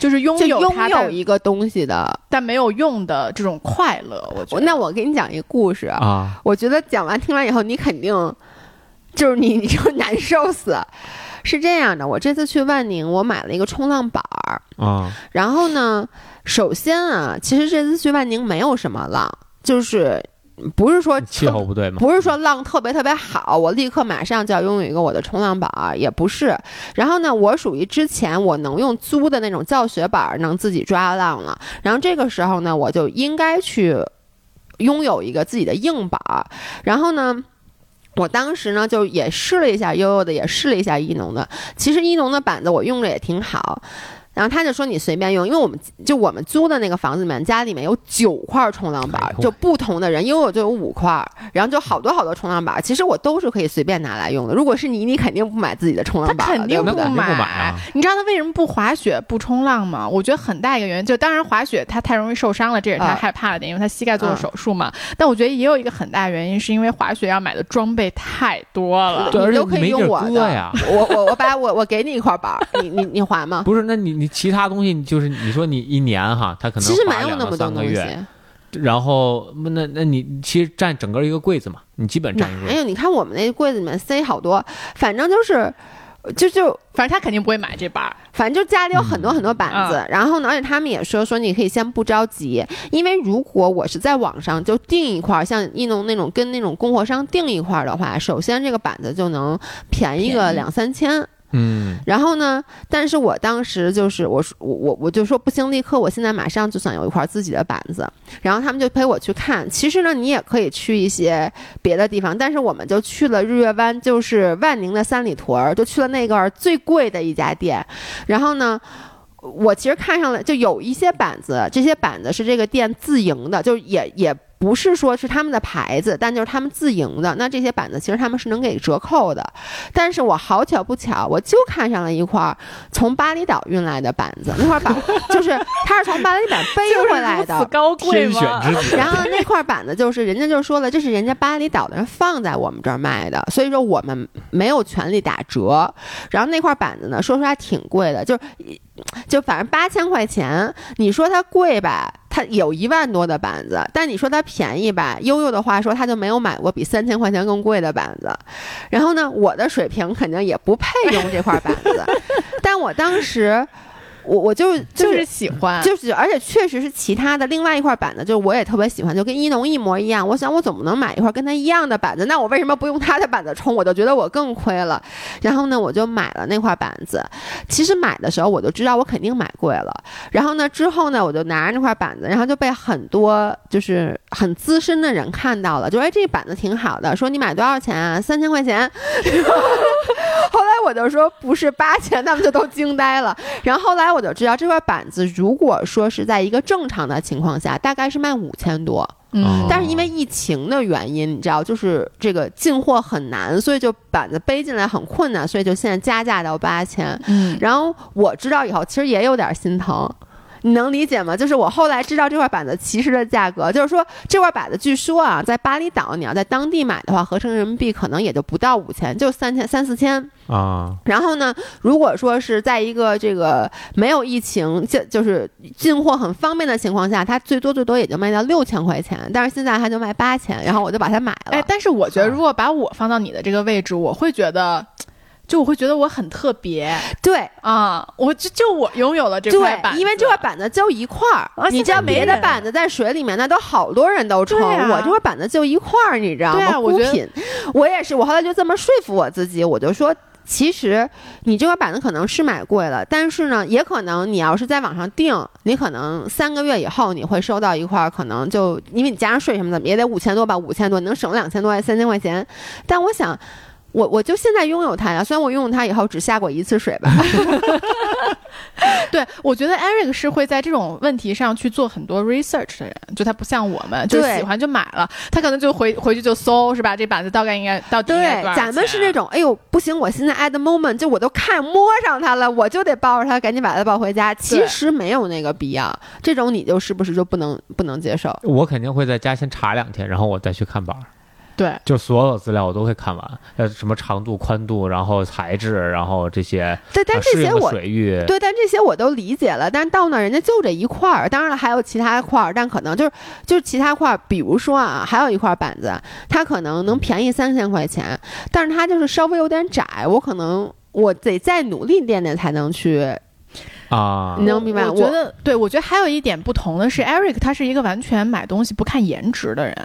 Speaker 3: 就是拥
Speaker 1: 就
Speaker 3: 有
Speaker 1: 拥
Speaker 3: 它
Speaker 1: 有
Speaker 3: 但
Speaker 1: 一个东西的。
Speaker 3: 但没有用的这种快乐。我觉
Speaker 1: 我
Speaker 3: 得
Speaker 1: 那我给你讲一个故事，
Speaker 2: 啊，
Speaker 1: 我觉得讲完听完以后，你肯定就是你你就 难受死。是这样的，我这次去万宁，我买了一个冲浪板儿。
Speaker 2: 啊，
Speaker 1: 然后呢，首先啊，其实这次去万宁没有什么浪，就是不是说
Speaker 2: 气候不对嘛，
Speaker 1: 不是说浪特别特别好，我立刻马上就要拥有一个我的冲浪板儿，也不是。然后呢，我属于之前我能用租的那种教学板儿能自己抓浪了，然后这个时候呢，我就应该去拥有一个自己的硬板儿，然后呢。我当时呢，就也试了一下悠悠的，也试了一下一农的。其实一农的板子我用着也挺好，然后他就说你随便用，因为我们就我们租的那个房子里面，家里面有九块冲浪板
Speaker 2: 哎，呦
Speaker 1: 就不同的人，因为我就有五块，然后就好多好多冲浪板，其实我都是可以随便拿来用的。如果是你，你肯定不买自己的冲
Speaker 3: 他
Speaker 1: 浪板了，
Speaker 3: 肯定
Speaker 1: 对
Speaker 2: 那
Speaker 1: 不对
Speaker 2: 肯定
Speaker 3: 买。
Speaker 2: 不买啊
Speaker 3: 你知道他为什么不滑雪不冲浪吗？我觉得很大一个原因，就当然滑雪他太容易受伤了，这也是他
Speaker 1: 啊
Speaker 3: 害怕的点，因为他膝盖做了
Speaker 1: 嗯
Speaker 3: 手术嘛。但我觉得也有一个很大原因，是因为滑雪要买的装备太多了。
Speaker 2: 对，而
Speaker 1: 你
Speaker 2: 且
Speaker 1: 都可以
Speaker 2: 没
Speaker 1: 用
Speaker 2: 地
Speaker 1: 我
Speaker 2: 儿搁
Speaker 1: 的
Speaker 2: 呀。
Speaker 1: 我我我把我我给你一块板儿，你你你还吗？
Speaker 2: 不是，那你你其他东西就是你说你一年哈，他 可能
Speaker 1: 其实
Speaker 2: 花
Speaker 1: 没有
Speaker 2: 两
Speaker 1: 那
Speaker 2: 到
Speaker 1: 么多
Speaker 2: 三个
Speaker 1: 东西，
Speaker 2: 月，然后那那你其实占整个一个柜子嘛，你基本占一个
Speaker 1: 哪
Speaker 2: 柜子。
Speaker 1: 哎有？你看我们那柜子里面塞好多，反正就是，就就
Speaker 3: 反正他肯定不会买这板儿。
Speaker 1: 反正就家里有很多很多板子，
Speaker 3: 嗯
Speaker 1: 然后呢，而且他们也说说你可以先不着急，因为如果我是在网上就订一块儿，像一农那种跟那种供货商订一块儿的话，首先这个板子就能便宜
Speaker 3: 便
Speaker 1: 个
Speaker 3: 宜
Speaker 1: 两三千，
Speaker 2: 嗯，
Speaker 1: 然后呢，但是我当时就是我说我我我就说不行，立刻我现在马上就想有一块自己的板子。然后他们就陪我去看。其实呢，你也可以去一些别的地方，但是我们就去了日月湾，就是万宁的三里屯儿，就去了那个最贵的一家店。然后呢。我其实看上了，就有一些板子，这些板子是这个店自营的，就也也不是说是他们的牌子，但就是他们自营的。那这些板子其实他们是能给折扣的，但是我好巧不巧，我就看上了一块儿从巴厘岛运来的板子，那块板就是它是从巴厘岛背回 来
Speaker 3: 就是如
Speaker 1: 的
Speaker 3: 此，高贵
Speaker 2: 天
Speaker 3: 吗？
Speaker 2: 选之子
Speaker 1: 然后那块板子就是人家就说了，这是人家巴厘岛的人放在我们这儿卖的，所以说我们没有权利打折。然后那块板子呢，说实话挺贵的，就是就反正八千块钱，你说它贵吧，它有一万多的板子，但你说它便宜吧，悠悠的话说他就没有买过比三千块钱更贵的板子。然 后呢，我的水平肯定也不配用这块板子，但我当时。我我就是
Speaker 3: 就
Speaker 1: 就是是。
Speaker 3: 喜欢，
Speaker 1: 就是，而且确实是其他的另外一块板子，就是我也特别喜欢，就跟一农一模一样。我想我总不能买一块跟它一样的板子，那我为什么不用它的板子冲？我就觉得我更亏了。然后呢，我就买了那块板子。其实买的时候我就知道我肯定买贵了。然后呢，之后呢，我就拿着那块板子，然后就被很多就是很资深的人看到了，就说哎这板子挺好的，说你买多少钱啊？三千块钱。 后来我就说不是八千，他们就都惊呆了。然后后来我就知道，这块板子如果说是在一个正常的情况下，大概是卖五千多，
Speaker 3: 嗯
Speaker 2: 哦，
Speaker 1: 但是因为疫情的原因，你知道，就是这个进货很难，所以就板子背进来很困难，所以就现在加价到八千。
Speaker 3: 嗯，
Speaker 1: 然后我知道以后，其实也有点心疼。你能理解吗？就是我后来知道这块板子其实的价格，就是说这块板子据说啊，在巴厘岛你要在当地买的话，合成人民币可能也就不到五千，就三千三四千。
Speaker 2: 啊，
Speaker 1: 然后呢，如果说是在一个这个没有疫情，就就是进货很方便的情况下，它最多最多也就卖到六千块钱，但是现在它就卖八千，然后我就把它买了。嗯
Speaker 3: 哎，但是我觉得如果把我放到你的这个位置，我会觉得，就我会觉得我很特别
Speaker 1: 对
Speaker 3: 啊，我就就我拥有了这块板
Speaker 1: 对，
Speaker 3: 子，
Speaker 1: 因为这块板子就一块儿，
Speaker 3: 啊
Speaker 1: 你
Speaker 3: 现
Speaker 1: 知
Speaker 3: 在
Speaker 1: 道别
Speaker 3: 没
Speaker 1: 的
Speaker 3: 人
Speaker 1: 板子在水里面那都好多人都冲，
Speaker 3: 对啊
Speaker 1: 我这块板子就一块儿，你知道
Speaker 3: 对
Speaker 1: 吗？
Speaker 3: 啊我
Speaker 1: 孤
Speaker 3: 觉得
Speaker 1: 品，我也是，我后来就这么说服我自己，我就说。其实你这块板子可能是买贵了，但是呢，也可能你要是在网上订，你可能三个月以后你会收到一块儿，可能就因为你加上税什么的也得五千多吧，五千多你能省两千多三千块钱。但我想，我我就现在拥有它呀，虽然我拥有它以后只下过一次水吧，
Speaker 3: 对，我觉得 Eric 是会在这种问题上去做很多 research 的人，就他不像我们，就是
Speaker 1: 对
Speaker 3: 喜欢就买了，他可能就回回去就搜是吧？这板子大概应该到底应该
Speaker 1: 对
Speaker 3: 多，少
Speaker 1: 咱们
Speaker 3: 钱
Speaker 1: 是那种，哎呦，不行，我现在 at the moment 就我都看摸上它了，我就得抱着它，赶紧把它抱回家。其实没有那个必要，这种你就是不是就不能不能接受？
Speaker 2: 我肯定会在家先查两天，然后我再去看板儿，
Speaker 3: 啊对。
Speaker 2: 就所有资料我都会看完，呃，什么长度、宽度，然后材质，然后这些，
Speaker 1: 对，但
Speaker 2: 啊
Speaker 1: 这
Speaker 2: 适
Speaker 1: 些
Speaker 2: 应的
Speaker 1: 我。
Speaker 2: 水域，
Speaker 1: 对，但这些我都理解了，但是到那儿人家就这一块儿，当然了，还有其他块儿，但可能就是就是其他块儿，比如说啊，还有一块板子，它可能能便宜三千块钱，但是它就是稍微有点窄，我可能我得再努力练练才能去，
Speaker 2: 啊
Speaker 1: 你，能明白？
Speaker 3: 我觉得，对我觉得还有一点不同的是，Eric 他是一个完全买东西不看颜值的人。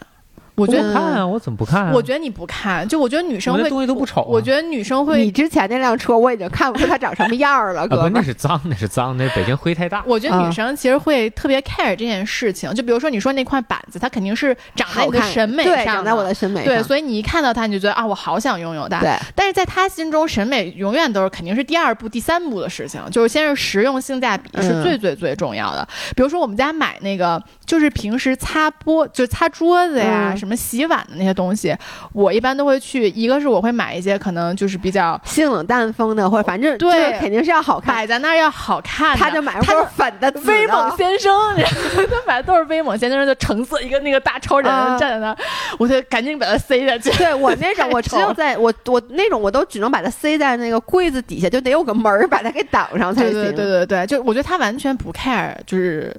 Speaker 3: 我
Speaker 2: 我
Speaker 3: 觉得，
Speaker 2: 不看啊，我怎么
Speaker 1: 嗯
Speaker 2: 不看啊？
Speaker 3: 我觉得你不看，就我觉得女生
Speaker 2: 我那
Speaker 3: 会
Speaker 2: 东西都不丑啊
Speaker 3: 我觉得女生会
Speaker 1: 你之前那辆车我已经看不出它长什么样儿了，
Speaker 2: 啊
Speaker 1: 哥
Speaker 2: 不，
Speaker 1: 们
Speaker 2: 那
Speaker 1: 儿。
Speaker 2: 是 脏，那是脏，那北京灰太大。
Speaker 3: 我觉得
Speaker 1: 啊
Speaker 3: 女生其实会特别 care 这件事情，就比如说你说那块板子，它肯定是长在
Speaker 1: 好
Speaker 3: 你的
Speaker 1: 看
Speaker 3: 审美
Speaker 1: 对，
Speaker 3: 上
Speaker 1: 长在我的审美
Speaker 3: 对，
Speaker 1: 上。
Speaker 3: 所以你一看到它，你就觉得啊，我好想拥有它。
Speaker 1: 对，
Speaker 3: 但是在他心中，审美永远都是肯定是第二步、第三步的事情，就是先是实用性价比
Speaker 1: 嗯
Speaker 3: 是最最最重要的。比如说我们家买那个，就是平时擦玻，就是擦桌子呀、
Speaker 1: 嗯
Speaker 3: 什么洗碗的那些东西，我一般都会去，一个是我会买一些可能就是比较
Speaker 1: 性冷淡风的，或者反正
Speaker 3: 对
Speaker 1: 就是肯定是要好看。
Speaker 3: 摆在那儿要好看的，
Speaker 1: 他就买
Speaker 3: 他
Speaker 1: 会
Speaker 3: 就
Speaker 1: 儿粉的、紫
Speaker 3: 威
Speaker 1: 的
Speaker 3: 猛先生，然后他买的都是威猛先生，就橙色一个那个大超人
Speaker 1: 啊
Speaker 3: 站在那儿，我就赶紧把它塞下去。
Speaker 1: 对我那种，
Speaker 3: 太
Speaker 1: 我只有
Speaker 3: 丑
Speaker 1: 在我我那种，我都只能把它塞在那个柜子底下，就得有个门儿把它给挡上才
Speaker 3: 对
Speaker 1: 行。
Speaker 3: 对对对对，就我觉得他完全不 care 就是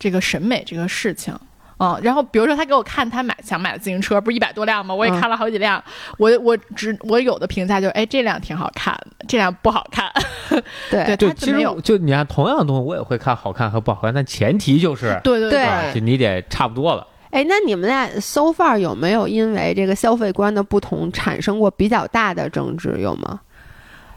Speaker 3: 这个审美这个事情。嗯，然后比如说他给我看他买想买的自行车，不是一百多辆吗？我也
Speaker 1: 嗯
Speaker 3: 看了好几辆，我我只我有的评价就是，哎，这辆挺好看，这辆不好看。
Speaker 1: 对
Speaker 3: 对，
Speaker 2: 就
Speaker 3: 他
Speaker 2: 其
Speaker 3: 就没
Speaker 2: 实
Speaker 3: 有
Speaker 2: 我就你看，同样的东西我也会看好看和不好看，但前提就是
Speaker 3: 对对
Speaker 1: 对
Speaker 2: 啊就你得差不多了。
Speaker 1: 哎，那你们俩 so far 有没有因为这个消费观的不同产生过比较大的争执？有吗？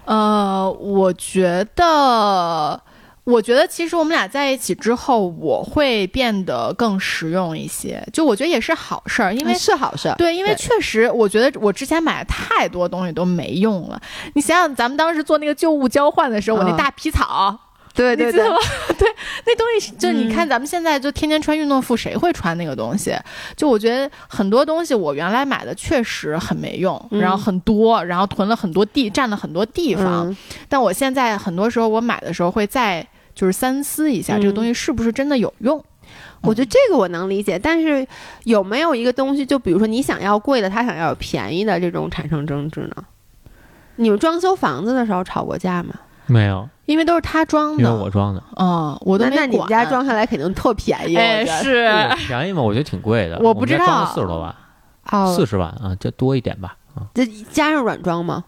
Speaker 3: 呃，我觉得，我觉得其实我们俩在一起之后，我会变得更实用一些。就我觉得也是好事儿，因为、
Speaker 1: 嗯是好事儿，
Speaker 3: 对，因为
Speaker 1: 啊对
Speaker 3: 确实，我觉得我之前买了太多东西都没用了。你想想，咱们当时做那个旧物交换的时候，我那
Speaker 1: 嗯
Speaker 3: 大皮草，
Speaker 1: 对
Speaker 3: 你
Speaker 1: 对
Speaker 3: 记得
Speaker 1: 对
Speaker 3: 吗？ 对，那东西是就是你看咱们现在就天天穿运动服，谁会穿那个东西？就我觉得很多东西我原来买的确实很没用，
Speaker 1: 嗯
Speaker 3: 然后很多，然后囤了很多地，占了很多地方。
Speaker 1: 嗯
Speaker 3: 但我现在很多时候我买的时候会再就是三思一下，
Speaker 1: 嗯
Speaker 3: 这个东西是不是真的有用？
Speaker 1: 我觉得这个我能理解，但是有没有一个东西，就比如说你想要贵的，他想要有便宜的，这种产生争执呢？你们装修房子的时候吵过架吗？
Speaker 2: 没有，
Speaker 3: 因为都是他装
Speaker 2: 因为
Speaker 3: 的，
Speaker 2: 我装的，
Speaker 3: 嗯，我都
Speaker 1: 那
Speaker 3: 没
Speaker 1: 那
Speaker 3: 管。
Speaker 1: 你们家装下来肯定特便宜，
Speaker 3: 哎
Speaker 1: 我觉得
Speaker 3: 是
Speaker 2: 我便宜吗？我觉得挺贵的。
Speaker 3: 我
Speaker 2: 我
Speaker 3: 不
Speaker 2: 们
Speaker 3: 知
Speaker 2: 家装
Speaker 3: 道
Speaker 2: 了四十多万，
Speaker 1: 哦
Speaker 2: 四，十万啊，这多一点吧。啊，
Speaker 1: 这加上软装吗？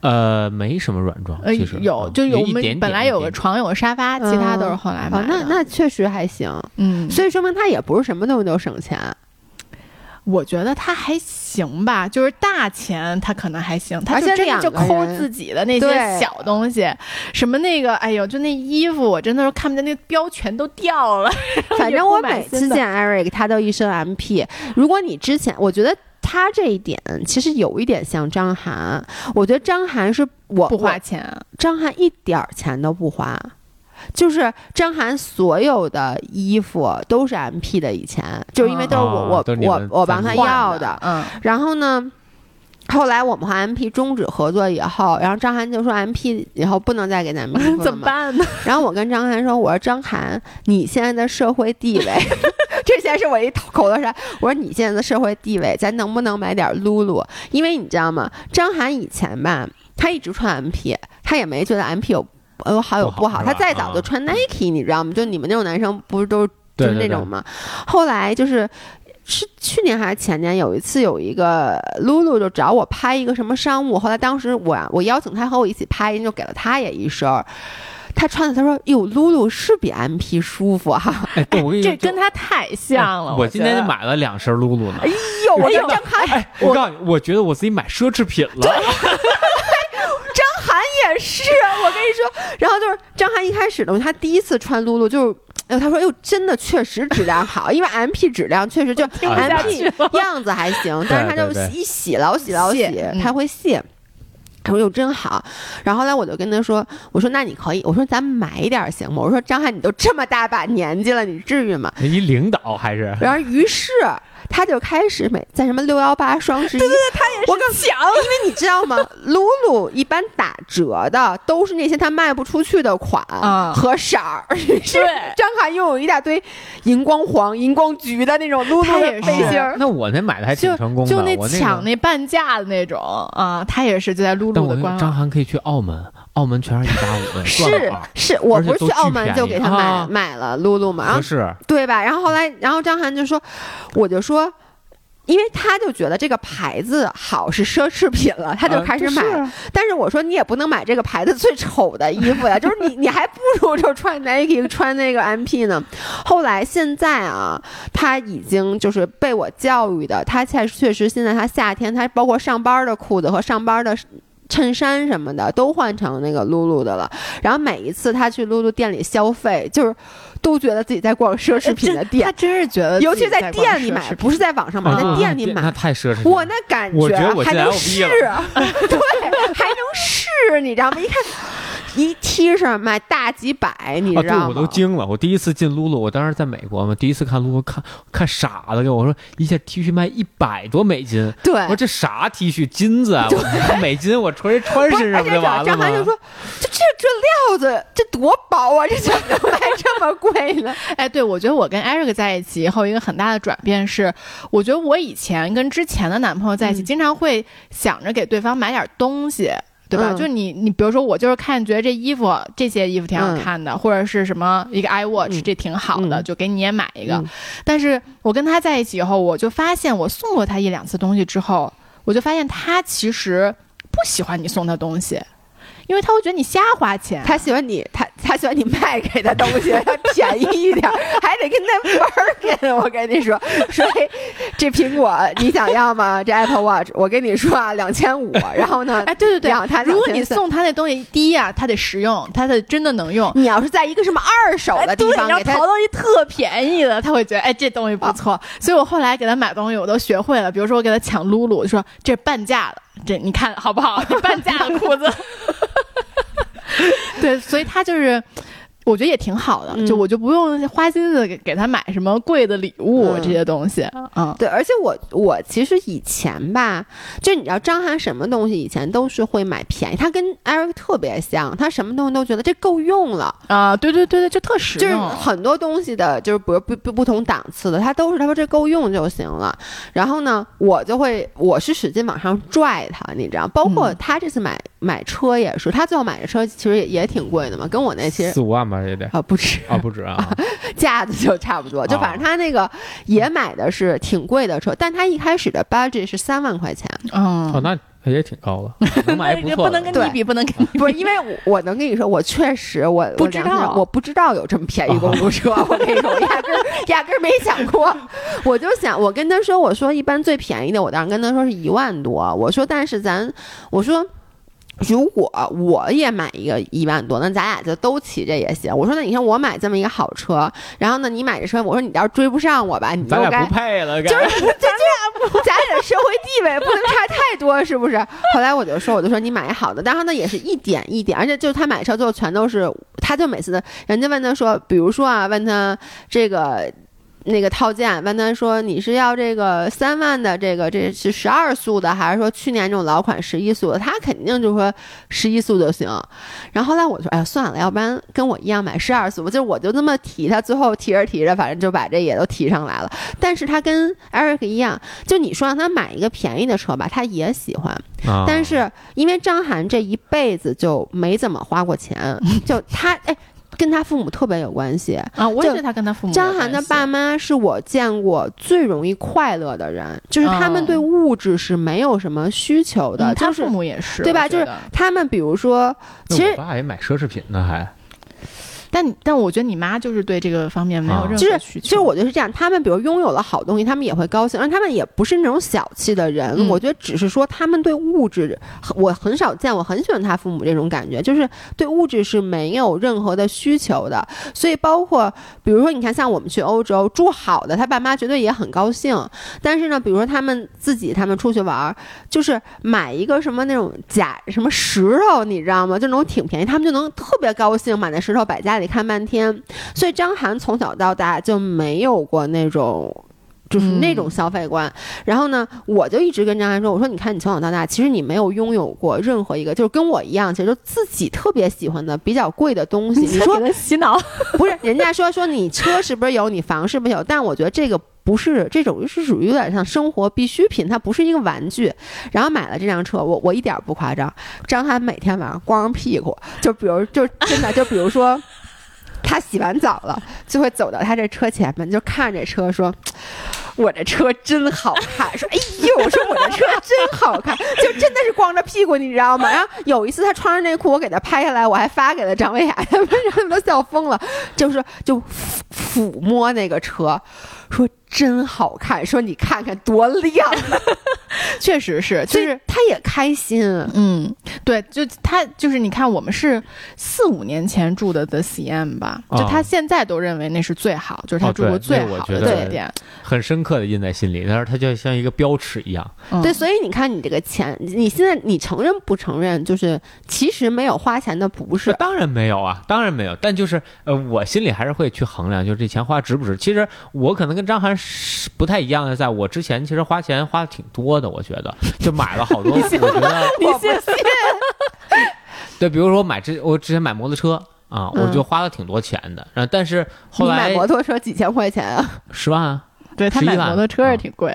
Speaker 2: 呃，没什么软装，
Speaker 3: 呃，
Speaker 2: 其实
Speaker 3: 有
Speaker 2: 嗯
Speaker 3: 就
Speaker 2: 有
Speaker 3: 我
Speaker 2: 一
Speaker 3: 们
Speaker 2: 点点
Speaker 3: 本来
Speaker 2: 一
Speaker 3: 有
Speaker 2: 点
Speaker 3: 个
Speaker 2: 点
Speaker 3: 床，有个沙发，其他都是后来买
Speaker 1: 哦，
Speaker 3: 的。
Speaker 1: 那那确实还行，
Speaker 3: 嗯，
Speaker 1: 所以说明他也不是什么东西都省 钱。
Speaker 3: 我觉得他还行吧，就是大钱他可能还行，他
Speaker 1: 而
Speaker 3: 就
Speaker 1: 且
Speaker 3: 真的
Speaker 1: 两
Speaker 3: 就
Speaker 1: 个
Speaker 3: 抠
Speaker 1: 人
Speaker 3: 自己的那些
Speaker 1: 对
Speaker 3: 小东西，什么那个，哎呦，就那衣服，我真的是看不见那个标全都掉了。
Speaker 1: 反正我每
Speaker 3: 也不买新
Speaker 1: 次
Speaker 3: 的
Speaker 1: 见 Eric，他都一身 MP。如果你之前，我觉得他这一点其实有一点像张涵。我觉得张涵是我
Speaker 3: 不花
Speaker 1: 我
Speaker 3: 钱，
Speaker 1: 张涵一点儿钱都不花，就是张涵所有的衣服都是 MP 的，以前就是因为都是我、
Speaker 2: 哦
Speaker 1: 我
Speaker 2: 都是你
Speaker 1: 我
Speaker 2: 们
Speaker 1: 我帮他
Speaker 2: 赞助
Speaker 1: 要
Speaker 3: 换
Speaker 1: 的，
Speaker 3: 嗯，
Speaker 1: 然后呢，后来我们和 MP 终止合作以后，然后张涵就说 MP 以后不能再给咱们 衣服了
Speaker 3: 嗯 怎么
Speaker 1: 嘛？
Speaker 3: 办呢？
Speaker 1: 然后我跟张涵说，我说张涵，你现在的社会地位， 这现在是我一口头禅。我说你现在的社会地位，咱能不能买点露露？因为你知道吗？张涵以前吧，他一直穿 MP，他也没觉得 MP 有。有好有
Speaker 2: 不
Speaker 1: 不
Speaker 2: 好
Speaker 1: 好，
Speaker 2: 是吧
Speaker 1: 他再早就
Speaker 2: 啊
Speaker 1: 穿 Nike，你知道吗？就你们那种男生不是都是就
Speaker 2: 对
Speaker 1: 是那
Speaker 2: 对对
Speaker 1: 种嘛。后来就是是去年还是前年，有一次有一个露露就找我拍一个什么商务，后来当时我我邀请她和我一起拍，人就给了她也一身儿。她穿的，她说：“哟，露露是比 MP 舒服啊哈、
Speaker 2: 哎，对我跟你
Speaker 3: 这
Speaker 2: 说，
Speaker 3: 跟
Speaker 2: 就
Speaker 3: 他太像了。
Speaker 2: 哎我今
Speaker 3: 觉
Speaker 2: 天
Speaker 3: 得
Speaker 2: 买了两身露露呢。哎
Speaker 1: 哟，我
Speaker 2: 我
Speaker 1: 就
Speaker 2: 真的
Speaker 1: 张涵
Speaker 2: 我告诉你，我觉得我自己买奢侈品了。
Speaker 1: 张涵也是，我跟你说，然后就是张涵一开始呢，他第一次穿露露就是。哎呦，他说：“哟，真的确实质量好，因为 M P 质量确实就
Speaker 3: 不下
Speaker 1: M
Speaker 3: 去
Speaker 1: P 样子还行，但是他就
Speaker 2: 对对
Speaker 1: 一洗老洗老洗
Speaker 3: 卸嗯，
Speaker 1: 他会卸。他说：“哟，真好。”然后后来我就跟他说：“我说那你可以，我说咱买一点儿行吗？我说张翰，你都这么大把年纪了，你至于吗？”
Speaker 2: 一领导还是
Speaker 1: 然后于是他就开始每在什么六幺八、双十一，对对对，他也是我更强， 因为你知道吗？露露一般打折的都是那些他卖不出去的款
Speaker 3: 啊
Speaker 1: 和色儿， 于是
Speaker 3: 对
Speaker 1: 张翰又有一大堆荧光黄、荧光橘的那种露
Speaker 3: 他
Speaker 1: 露的
Speaker 3: 也是
Speaker 1: 背心儿。
Speaker 2: 哎那我那买的还挺
Speaker 3: 就
Speaker 2: 成功的，
Speaker 3: 就
Speaker 2: 我
Speaker 3: 抢
Speaker 2: 那个。
Speaker 3: 那半价的那种啊，他也是就在露
Speaker 2: 但
Speaker 3: 露
Speaker 2: 我
Speaker 3: 的
Speaker 2: 那
Speaker 3: 官
Speaker 2: 个张
Speaker 3: 网。
Speaker 2: 涵可以去澳门，澳门全是一八五的，赚了
Speaker 1: 是
Speaker 2: 吧
Speaker 1: 是，我
Speaker 2: 而且
Speaker 1: 不是
Speaker 2: 都
Speaker 1: 去
Speaker 2: 巨
Speaker 1: 澳门
Speaker 2: 便
Speaker 1: 就
Speaker 2: 宜
Speaker 1: 给他买、
Speaker 2: 啊
Speaker 1: 买了露露嘛，然后
Speaker 2: 合适。
Speaker 1: 对吧？然后后来，然后张涵就说，我就说，因为他就觉得这个牌子好是奢侈品了，他就
Speaker 2: 啊
Speaker 1: 开始
Speaker 2: 这
Speaker 1: 买。
Speaker 2: 是啊
Speaker 1: 但是我说你也不能买这个牌子最丑的衣服呀，就是你你还不如就穿 Nike 穿那个 MP 呢。后来现在啊，他已经就是被我教育的，他确确实现在他夏天他包括上班的裤子和上班的。衬衫什么的都换成那个露露的了，然后每一次他去露露店里消费，就是都觉得自己在逛奢侈品的
Speaker 3: 他
Speaker 1: 店，
Speaker 3: 真是觉得，
Speaker 1: 尤其是在店里买，不是在网上买，
Speaker 2: 啊
Speaker 1: 在
Speaker 2: 啊
Speaker 1: 店里买
Speaker 2: 那，太奢侈品了。
Speaker 1: 我那感
Speaker 2: 我觉
Speaker 1: 啊
Speaker 2: 得我
Speaker 1: 还
Speaker 2: 进
Speaker 1: 能
Speaker 2: LV
Speaker 1: 试，啊 对，还能试，你知道吗？一看一 T 恤卖大几百，你
Speaker 2: 啊，
Speaker 1: 知
Speaker 2: 对，
Speaker 1: 道
Speaker 2: 我都
Speaker 1: 吗？
Speaker 2: 惊了。我第一次进露露，我当时在美国嘛，第一次看露露，看看傻了，给我说一件 T 恤卖一百多美金，
Speaker 1: 对，
Speaker 2: 我说这啥 T 恤，金子啊，我 美金，我穿穿
Speaker 1: 不
Speaker 2: 身
Speaker 1: 是，而
Speaker 2: 上不
Speaker 1: 且
Speaker 2: 就
Speaker 1: 主
Speaker 2: 完
Speaker 1: 要
Speaker 2: 了
Speaker 1: 张涵就
Speaker 2: 吗？
Speaker 1: 说：“这这这料子这多薄啊，这怎么卖这么贵 呢
Speaker 3: 哎，对，我觉得我跟 Eric 在一起以后，一个很大的转变是，我觉得我以前跟之前的男朋友在一起，
Speaker 1: 嗯
Speaker 3: 经常会想着给对方买点东西。对吧？
Speaker 1: 嗯
Speaker 3: 就你，你比如说，我就是看觉得这衣服，这些衣服挺好看的，或者是什么一个 iWatch，、
Speaker 1: 嗯
Speaker 3: 这挺好的，
Speaker 1: 嗯
Speaker 3: 就给你也买？”一个。
Speaker 1: 嗯
Speaker 3: 但是我跟他在一起以后，我就发现我送过他一两次东西之后，我就发现他其实不喜欢你送他东西，因为他会觉得你瞎花钱。
Speaker 1: 他喜欢你，他他喜欢你卖给他东西，他便宜一点儿，还得跟他 bargain。我跟你 说，说哎这苹果你想要吗？这 Apple Watch，我跟你说啊，两千五。然后呢，
Speaker 3: 哎，对对对，
Speaker 1: 两他
Speaker 3: 如果
Speaker 1: 2300
Speaker 3: 你送他那东西，第一啊，他得实用，他得真的能用。
Speaker 1: 你要是在一个什么二手的
Speaker 3: 哎
Speaker 1: 地
Speaker 3: 对，
Speaker 1: 方
Speaker 3: 然
Speaker 1: 给
Speaker 3: 后
Speaker 1: 他啊
Speaker 3: 淘到一特便宜的，他会觉得哎，这东西不错。所以我后来给他买东西，我都学会了。比如说我给他抢露露，我说这是半价的，这你看好不好？这半价的 裤子。对，所以他就是。我觉得也挺好的，
Speaker 1: 嗯
Speaker 3: 就我就不用花心思给给他买什么贵的礼物、
Speaker 1: 嗯
Speaker 3: 这些东西，嗯，
Speaker 1: 对，而且我我其实以前吧，就你知道张翰什么东西以前都是会买便宜，他跟 Eric 特别像，他什么东西都觉得这够用了，
Speaker 3: 啊、对对对对，就特实
Speaker 1: 就是
Speaker 3: 用，
Speaker 1: 很多东西的，就是比如不不不同档次的，他都是他说这够用就行了。然后呢，我就会我是使劲往上拽他，你知道，包括
Speaker 3: 嗯
Speaker 1: 他这次买买车也是，他最后买的车其实也也挺贵的嘛，跟我那其实
Speaker 2: 四五万吧，也得
Speaker 1: 啊不止，
Speaker 2: 啊，不止 啊，
Speaker 1: 架子就差不多，就反正他那个也买的是挺贵的车，但他一开始的 budget 是三万块钱，
Speaker 3: 嗯，
Speaker 2: 哦，那它也挺 高了，能买一不错
Speaker 3: 不
Speaker 2: 的
Speaker 3: 能跟
Speaker 1: 对
Speaker 3: 你比，不能跟你比。
Speaker 1: 不是，因为我我能跟你说，我确实我我
Speaker 3: 不知
Speaker 1: 良心
Speaker 3: 道
Speaker 1: 我不知道有这么便宜公路车，我跟你说，我压根儿压根儿没想过。我就想，我跟他说，我说一般最便宜的，我当时跟他说是一万多，我说但是咱我说。如果我也买一个一万多，那咱俩就都骑这也行。我说那你看我买这么一个好车，然后呢你买这车，我说你要是追不上我吧，你就
Speaker 2: 咱俩
Speaker 1: 该
Speaker 2: 不配了，
Speaker 1: 就是
Speaker 2: 该
Speaker 1: 这这咱俩社会地位不能差太多，是不是？后来我就说，我就说你买好的，但是呢也是一点一点，而且就是他买车最后全都是，他就每次的人家问他说，比如说啊，问他这个。那个套件，问他说你是要这个三万的这个这是十二速的，还是说去年这种老款十一速的？他肯定就说十一速就行。然后后来我说，哎呀算了，要不然跟我一样买十二速。就是我就这么提他，最后提着提着，反正就把这也都提上来了。但是他跟 Eric 一样，就你说让他买一个便宜的车吧，他也喜欢。
Speaker 2: 啊
Speaker 1: 但是因为张涵这一辈子就没怎么花过钱，就他哎，跟他父母特别有关系。
Speaker 3: 啊，我也
Speaker 1: 就
Speaker 3: 觉得他跟他父母有
Speaker 1: 张涵的
Speaker 3: 关系
Speaker 1: 爸妈是我见过最容易快乐的人，就是他们
Speaker 3: 哦
Speaker 1: 对物质是没有什么需求的，就
Speaker 3: 嗯他
Speaker 1: 是
Speaker 3: 父母也是，
Speaker 1: 对吧
Speaker 3: 我觉
Speaker 1: 就是
Speaker 3: 得
Speaker 1: 他们比如说，
Speaker 2: 那
Speaker 1: 其实
Speaker 2: 我爸也买奢侈品呢，还
Speaker 3: 但但我觉得你妈就是对这个方面没有
Speaker 2: 啊
Speaker 3: 任
Speaker 1: 就是
Speaker 3: 何需求，
Speaker 1: 其实我觉得是这样，他们比如拥有了好东西，他们也会高兴，而他们也不是那种小气的人。
Speaker 3: 嗯
Speaker 1: 我觉得只是说他们对物质，我很少见，我很喜欢他父母这种感觉，就是对物质是没有任何的需求的。所以包括比如说，你看像我们去欧洲住好的，他爸妈绝对也很高兴。但是呢，比如说他们自己他们出去玩儿，就是买一个什么那种假什么石头，你知道吗？就那种挺便宜，他们就能特别高兴，把那石头摆家里看半天。所以张涵从小到大就没有过那种。就是那种消费观，然后呢，我就一直跟张涵说：“我说，你看你从小到大，其实你没有拥有过任何一个，就是跟我一样，其实就自己特别喜欢的比较贵的东西。 你说
Speaker 3: 给他洗脑，
Speaker 1: 不是，人家说说你车是不是有，你房是不是有？但我觉得这个不是这种，是属于有点像生活必需品，它不是一个玩具。然后买了这辆车，我我一点儿不夸张，张涵每天晚上光着屁股，就比如就真的就比如说。他洗完澡了，就会走到他这车前面，就看着这车说：“我这车真好看。”说：“哎呦，我说我这车真好看。”就真的是光着屁股，你知道吗？然后有一次他穿着内裤，我给他拍下来，我还发给了张薇雅，他们让他们都笑疯了。就是就抚抚摸那个车，说真好看，说你看看多亮，
Speaker 3: 确实是，就
Speaker 1: 哎所
Speaker 3: 是
Speaker 1: 以他也开心。
Speaker 3: 嗯，对，就他就是你看，我们是四五年前住的 The CM 吧，
Speaker 2: 啊
Speaker 3: 就他现在都认为那是最好，就是他
Speaker 2: 哦
Speaker 3: 住过
Speaker 2: 对
Speaker 3: 最
Speaker 2: 那我
Speaker 3: 好
Speaker 2: 觉
Speaker 3: 的
Speaker 2: 得
Speaker 3: 酒店。
Speaker 2: 很深刻的印在心里。但是它就像一个标尺一样，
Speaker 3: 嗯
Speaker 1: 对，所以你看，你这个钱，你现在你承认不承认？就是其实没有花钱的不
Speaker 2: 这
Speaker 1: 是，
Speaker 2: 当然没有啊，当然没有。但就是呃，我心里还是会去衡量，就是这钱花值不值。其实我可能跟张涵是不太一样的，在我之前其实花钱花的挺多的，我觉得就买了 好多，我觉得
Speaker 1: 你信不信？
Speaker 2: 对，比如说我买之我之前买摩托车。啊，我就花了挺多钱的，然后但是
Speaker 1: 嗯
Speaker 2: 后
Speaker 1: 你
Speaker 2: 来
Speaker 1: 买摩托车几千块钱啊？
Speaker 2: 十万啊
Speaker 3: 对他
Speaker 2: 11
Speaker 3: 买
Speaker 2: 万
Speaker 3: 摩托车也挺贵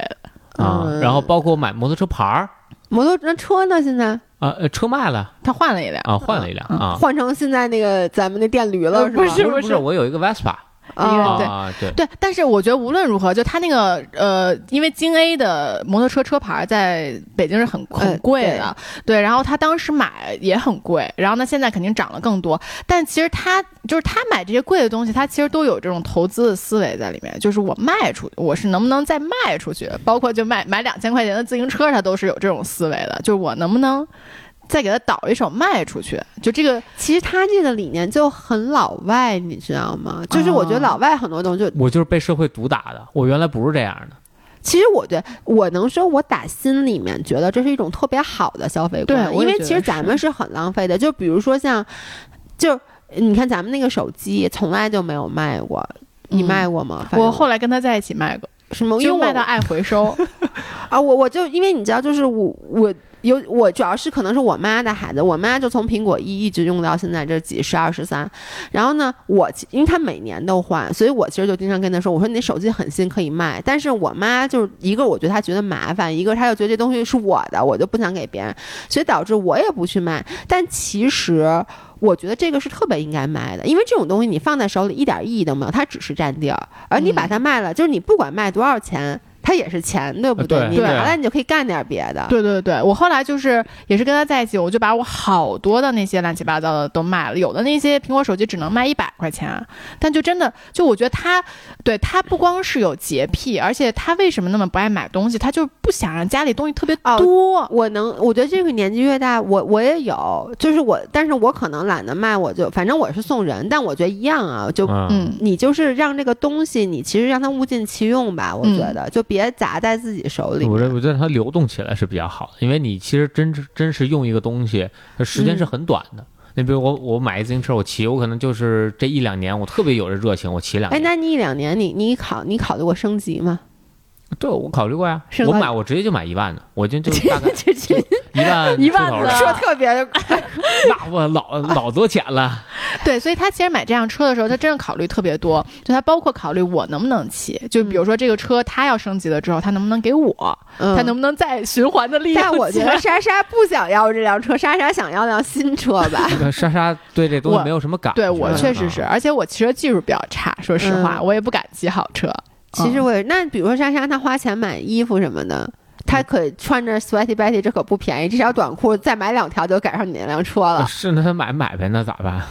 Speaker 3: 的，
Speaker 2: 啊，
Speaker 1: 嗯
Speaker 2: 然后包括买摩托车牌儿
Speaker 1: 摩托那车呢？现在
Speaker 2: 啊，呃，车卖了
Speaker 3: 他换了一辆，
Speaker 2: 啊，换了一辆啊，
Speaker 1: 换成现在那个咱们那电驴了，
Speaker 3: 呃
Speaker 1: 是
Speaker 3: 嗯
Speaker 1: 啊
Speaker 3: 不
Speaker 1: 吗？
Speaker 3: 是
Speaker 2: 不
Speaker 3: 不
Speaker 2: 是，我有一个 Vespa
Speaker 3: 一个
Speaker 1: 啊，
Speaker 3: 对
Speaker 2: 啊，对，
Speaker 3: 对，但是我觉得无论如何，就他那个呃，因为京 A 的摩托车车牌在北京是很很
Speaker 1: 呃
Speaker 3: 贵的，对然后他当时买也很贵，然后呢现在肯定涨了更多，但其实他就是他买这些贵的东西，他其实都有这种投资的思维在里面，就是我卖出，我是能不能再卖出去，包括就卖买两千块钱的自行车，他都是有这种思维的，就是我能不能。再给他倒一手卖出去，就这个
Speaker 1: 其实他这个理念就很老外，你知道吗？就是我觉得
Speaker 3: 啊
Speaker 1: 老外很多东西就
Speaker 2: 我就是被社会毒打的，我原来不是这样的。
Speaker 1: 其实我对我能说，我打心里面觉得这是一种特别好的消费观，
Speaker 3: 对我
Speaker 1: 因
Speaker 3: 也
Speaker 1: 为
Speaker 3: 觉
Speaker 1: 其实
Speaker 3: 得
Speaker 1: 咱
Speaker 3: 是
Speaker 1: 们是很浪费的。就比如说像，就你看咱们那个手机从来就没有卖过，你
Speaker 3: 嗯
Speaker 1: 卖过吗？反正
Speaker 3: 我后来跟他在一起卖过，
Speaker 1: 什么？因为
Speaker 3: 就
Speaker 1: 我
Speaker 3: 卖到爱回收，
Speaker 1: 啊，我我就因为你知道，就是我我有我主要是可能是我妈的孩子，我妈就从苹果一一直用到现在这几十二十三，然后呢，我其因为她每年都换，所以我其实就经常跟她说，我说你那手机很新可以卖，但是我妈就是一个我觉得她觉得麻烦，一个她又觉得这东西是我的，我就不想给别人，所以导致我也不去卖，但其实。我觉得这个是特别应该卖的，因为这种东西你放在手里一点意义都没有，它只是占地儿，而你把它卖了，就是你不管卖多少钱，它也是钱，对不对？
Speaker 2: 对
Speaker 1: 你拿
Speaker 2: 对
Speaker 1: 来你就可以干点别的。
Speaker 3: 对对对，我后来就是也是跟他在一起，我就把我好多的那些乱七八糟的都卖了，有的那些苹果手机只能卖一百块钱，啊但就真的就我觉得他对他不光是有洁癖，而且他为什么那么不爱买东西，他就不想让家里东西特别
Speaker 1: 哦
Speaker 3: 多。
Speaker 1: 我能，我觉得这个年纪越大，我我也有，就是我，但是我可能懒得卖，我就反正我是送人，但我觉得一样啊，就、
Speaker 2: 嗯，
Speaker 3: 嗯，
Speaker 1: 你就是让这个东西，你其实让它物尽其用吧，
Speaker 2: 嗯
Speaker 1: 我觉得、就别砸在自己手里。
Speaker 2: 我认为我觉得它流动起来是比较好的，因为你其实真真是用一个东西，它时
Speaker 3: 嗯
Speaker 2: 间是很短的。你比如我，我买一自行车，我骑，我可能就是这一两年，我特别有这热情，我骑两
Speaker 1: 哎，
Speaker 2: 年。
Speaker 1: 那你一两年你你考你考虑过升级吗？
Speaker 2: 对，我考虑过呀
Speaker 1: 是，
Speaker 2: 我
Speaker 1: 吗
Speaker 2: 买我直接就买一万的，我就就大概
Speaker 1: 这这
Speaker 2: 一万
Speaker 3: 一
Speaker 2: 出
Speaker 3: 万
Speaker 2: 头
Speaker 3: 的
Speaker 2: 的，
Speaker 1: 说特别的
Speaker 2: 那我老老多钱 了。
Speaker 3: 嗯对，所以他其实买这辆车的时候，他真的考虑特别多，就他包括考虑我能不能骑，就比如说这个车他要升级了之后，他能不能给我，
Speaker 1: 嗯
Speaker 3: 他能不能再循环的利用起来？
Speaker 1: 但我觉得莎莎不想要这辆车，莎莎想要辆新车吧。
Speaker 2: 这个莎莎对这东西
Speaker 3: 我
Speaker 2: 没有什么感觉，
Speaker 3: 对我
Speaker 2: 啊
Speaker 3: 确实是，而且我其实技术比较差，说实话，
Speaker 1: 嗯
Speaker 3: 我也不敢骑好车。
Speaker 1: 其实
Speaker 3: 嗯
Speaker 1: 我也，那比如说莎莎，她花钱买衣服什么的，
Speaker 3: 嗯
Speaker 1: 她可穿着 sweaty betty，这可不便宜，这条短裤再买两条就赶上你那辆车
Speaker 3: 啊嗯
Speaker 1: 了。
Speaker 2: 呃是那他买买呗，那咋办？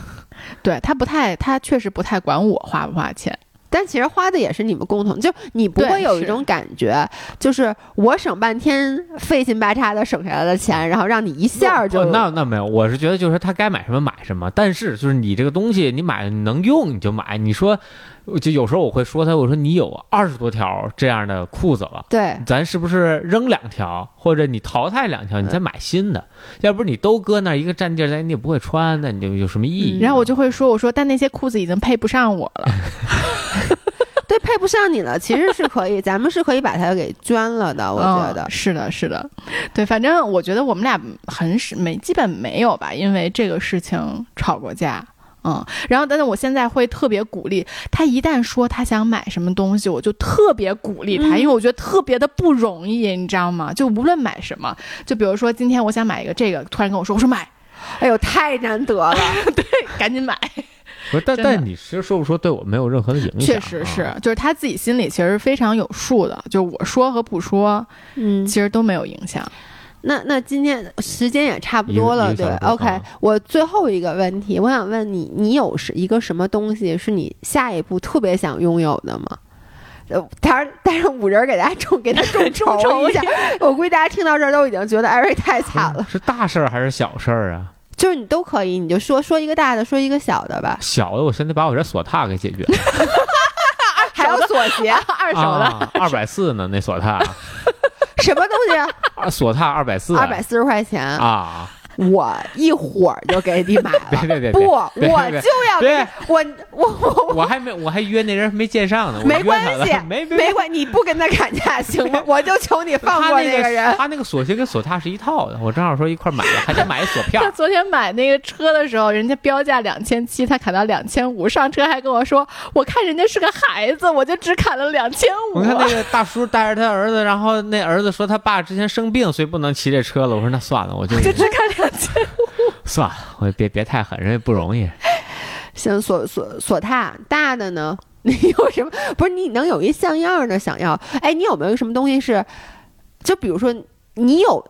Speaker 3: 对他不太，他确实不太管我花不花钱。
Speaker 1: 但其实花的也是你们共同，就你不
Speaker 3: 对
Speaker 1: 会有一
Speaker 3: 是
Speaker 1: 种感觉，就是我省半天费劲巴叉的省下来的钱，然后让你一下儿就
Speaker 2: 不那那没有，我是觉得就是他该买什么买什么，但是就是你这个东西你买你能用你就买，你说就有时候我会说他，我说你有二十多条这样的裤子了。
Speaker 1: 对。
Speaker 2: 咱是不是扔两条，或者你淘汰两条，你
Speaker 3: 嗯
Speaker 2: 再买新的？要不你都搁那儿一个占地儿，咱你也不会穿，那你就有什么意义呢？
Speaker 3: 嗯然后
Speaker 1: 嗯
Speaker 3: 我就会说，我说但那些裤子已经配不上我了。
Speaker 1: 对，配不上你了，其实是可以，咱们是可以把它给捐了的，我觉得
Speaker 3: 嗯。是的，是的，对，反正我觉得我们俩很少没基本没有吧，因为这个事情吵过架。嗯，然后，但是我现在会特别鼓励他，一旦说他想买什么东西，我就特别鼓励他，
Speaker 1: 嗯
Speaker 3: 因为我觉得特别的不容易，你知道吗？就无论买什么，就比如说今天我想买一个这个，突然跟我说，我说买，
Speaker 1: 哎呦，太难得了，
Speaker 3: 赶紧买。
Speaker 2: 不是，但
Speaker 3: 真的
Speaker 2: 但你其实说不说对我没有任何的影响，啊
Speaker 3: 确实是，就是他自己心里其实非常有数的，就我说和不说，
Speaker 1: 嗯
Speaker 3: 其实都没有影响。
Speaker 1: 那那今天时间也差不
Speaker 2: 一个
Speaker 1: 多了，
Speaker 2: 一个
Speaker 1: 对
Speaker 2: 小时多
Speaker 1: ，OK
Speaker 2: 啊。
Speaker 1: 我最后一个问题，我想问你，你有是一个什么东西是你下一步特别想拥有的吗？呃，但是但是五人给大家众 给他众筹一下，我估计大家听到这儿都已经觉得艾瑞太惨了。
Speaker 2: 是大事儿还是小事儿啊？
Speaker 1: 就是你都可以，你就说说一个大的，说一个小的吧，
Speaker 2: 小的，我现在把我这锁踏给解决了，啊
Speaker 1: 还有锁 鞋，
Speaker 2: 二
Speaker 1: 二
Speaker 2: 手的啊二百四呢，那锁 踏，
Speaker 1: 什么东西啊，
Speaker 2: 啊锁踏二百四，
Speaker 1: 二百四十块钱，
Speaker 2: 啊！
Speaker 1: 我一会儿就给你买了。
Speaker 2: 别别别别
Speaker 1: 不，
Speaker 2: 别
Speaker 1: 我
Speaker 2: 别
Speaker 1: 就要
Speaker 2: 别
Speaker 1: 我我我
Speaker 2: 我还没我还约那人没见上呢，我
Speaker 1: 没
Speaker 2: 约
Speaker 1: 关
Speaker 2: 他了，
Speaker 1: 系
Speaker 2: 没
Speaker 1: 没关，你不跟他砍价行吗？我就求你放
Speaker 2: 他
Speaker 1: 过
Speaker 2: 那
Speaker 1: 那个人。
Speaker 2: 他那个锁鞋跟锁踏是一套的，我正好说一块儿买了，还得买一锁票
Speaker 3: 他。昨天买那个车的时候，人家标价两千七，他砍到两千五，上车还跟我说，我看人家是个孩子，我就只砍了两千五
Speaker 2: 我。看那个大叔带着他儿子，然后那儿子说他爸之前生病，所以不能骑这车了。我说那算了，我就
Speaker 3: 就只砍两千，
Speaker 2: 算了，我别别太狠，人也不容易。
Speaker 1: 行，锁锁锁踏大的呢？ 你有什么？不是你能有一像样的想要？哎，你有没有什么东西是？就比如说，你有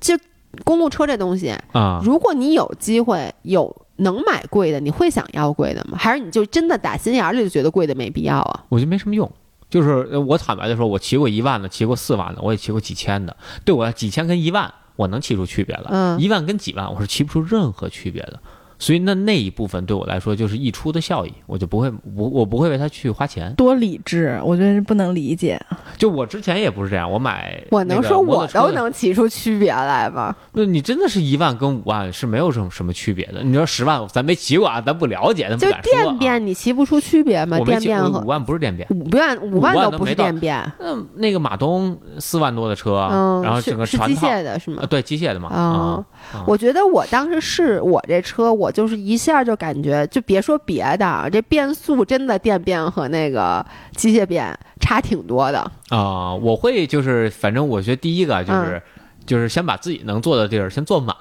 Speaker 1: 就公路车这东西，
Speaker 2: 啊、
Speaker 1: 如果你有机会有能买贵的，你会想要贵的吗？还是你就真的打心眼儿里就觉得贵的没必要啊？
Speaker 2: 我觉得没什么用。就是呃我坦白的说，我骑过一万的，骑过四万的，我也骑过几千的。对我几千跟一万，我能骑出区别来。
Speaker 1: 嗯
Speaker 2: 一万跟几万，我是骑不出任何区别的。所以那那一部分对我来说就是溢出的效益，我就不会我我不会为它去花钱。
Speaker 3: 多理智，我觉得是不能理解。
Speaker 2: 就我之前也不是这样，我买
Speaker 1: 我
Speaker 2: 那
Speaker 1: 能
Speaker 2: 个
Speaker 1: 说
Speaker 2: 摩
Speaker 1: 我
Speaker 2: 托车的
Speaker 1: 都能骑出区别来吗？
Speaker 2: 那你真的是一万跟五万是没有什么什么区别的。你说十万，咱没骑过啊，咱不了解，咱不
Speaker 1: 就是
Speaker 2: 敢说、啊。
Speaker 1: 电变，你骑不出区别吗？
Speaker 2: 我没
Speaker 1: 电
Speaker 2: 骑
Speaker 1: 变
Speaker 2: 过
Speaker 1: 和
Speaker 2: 五万不是电变。
Speaker 1: 五万五
Speaker 2: 五万
Speaker 1: 万
Speaker 2: 都
Speaker 1: 都不
Speaker 2: 没
Speaker 1: 是
Speaker 2: 到
Speaker 1: 电变，
Speaker 2: 那那个马东四万多的车，啊
Speaker 1: 嗯，
Speaker 2: 然后
Speaker 1: 是
Speaker 2: 整个
Speaker 1: 是
Speaker 2: 船
Speaker 1: 机
Speaker 2: 套，
Speaker 1: 械的是
Speaker 2: 呃
Speaker 1: 吗？
Speaker 2: 对机械的嘛，啊、
Speaker 1: 啊我觉得我当时是我这车，我就是一下就感觉，就别说别的啊，这变速真的电变和那个机械变差挺多的。
Speaker 2: 啊、我会就是，反正我觉得第
Speaker 1: 嗯
Speaker 2: 一个就是，就是先把自己能做的地儿先做满，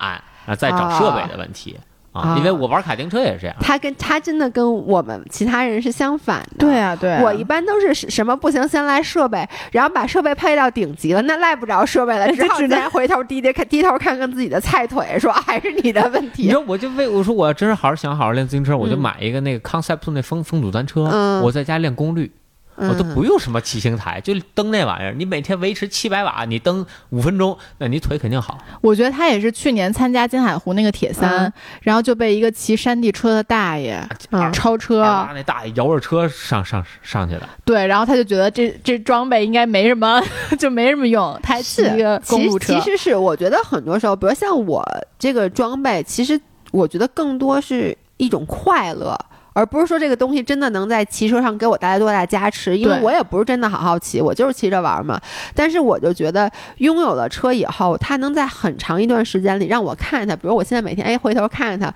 Speaker 2: 啊，再找设备的问题。啊，
Speaker 1: 啊
Speaker 2: 因为我玩卡丁车也是这样。
Speaker 1: 他跟他真的跟我们其他人是相反的。
Speaker 3: 对啊，对啊
Speaker 1: 我一般都是什什么不行，先来设备，然后把设备配到顶级了，那赖不着设备了，
Speaker 3: 就
Speaker 1: 只好
Speaker 3: 只能
Speaker 1: 再回头低低看低头看看自己的菜腿，说还是你的问
Speaker 2: 你
Speaker 1: 题
Speaker 2: 知。道，我就为我说，我要真是好好想好好练自行车，我就
Speaker 1: 嗯
Speaker 2: 买一个那个 Concept 那风风阻单车，
Speaker 1: 嗯
Speaker 2: 我在家练功率，我都
Speaker 1: 嗯
Speaker 2: 不用什么骑行台，就蹬那玩意儿。你每天维持七百瓦，你蹬五分钟，那你腿肯定好。啊
Speaker 3: 我觉得他也是去年参加金海湖那个铁三，
Speaker 1: 嗯
Speaker 3: 然后就被一个骑山地车的大爷
Speaker 1: 嗯
Speaker 3: 超车，
Speaker 2: 二八那大爷摇着车上上上去的，
Speaker 3: 对，然后他就觉得这这装备应该没什么， 就没什么用，他还骑一个公
Speaker 1: 其
Speaker 3: 路
Speaker 1: 实
Speaker 3: 车
Speaker 1: 其实是我觉得很多时候，比如像我这个装备，其实我觉得更多是一种快乐。而不是说这个东西真的能在骑车上给我带来多大加持，因为
Speaker 3: 对
Speaker 1: 我也不是真的好好骑，我就是骑着玩儿嘛。但是我就觉得拥有了车以后，它能在很长一段时间里让我看它，比如我现在每天哎回头看它，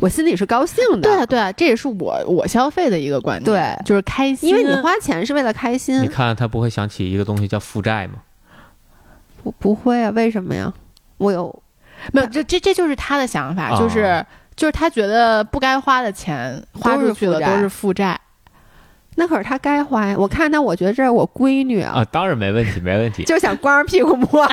Speaker 1: 我心里是高兴的。
Speaker 3: 对啊对啊，这也是我我消费的一个观点，
Speaker 1: 对
Speaker 3: 就是开心，
Speaker 1: 因
Speaker 3: 啊
Speaker 1: 为你花钱是为了开
Speaker 2: 你
Speaker 1: 心，
Speaker 2: 看他不会想起一个东西叫负债吗？
Speaker 1: 不不会啊？为什么呀？我有
Speaker 3: 没有这这这就是他的想法，
Speaker 2: 啊
Speaker 3: 就是就是他觉得不该花的钱花出去了
Speaker 1: 都是负债
Speaker 3: 都是负债，
Speaker 1: 那可是他该花呀。我看他，我觉得这是我闺女啊，
Speaker 2: 啊，当然没问题，没问题，
Speaker 1: 就想光着屁股摸。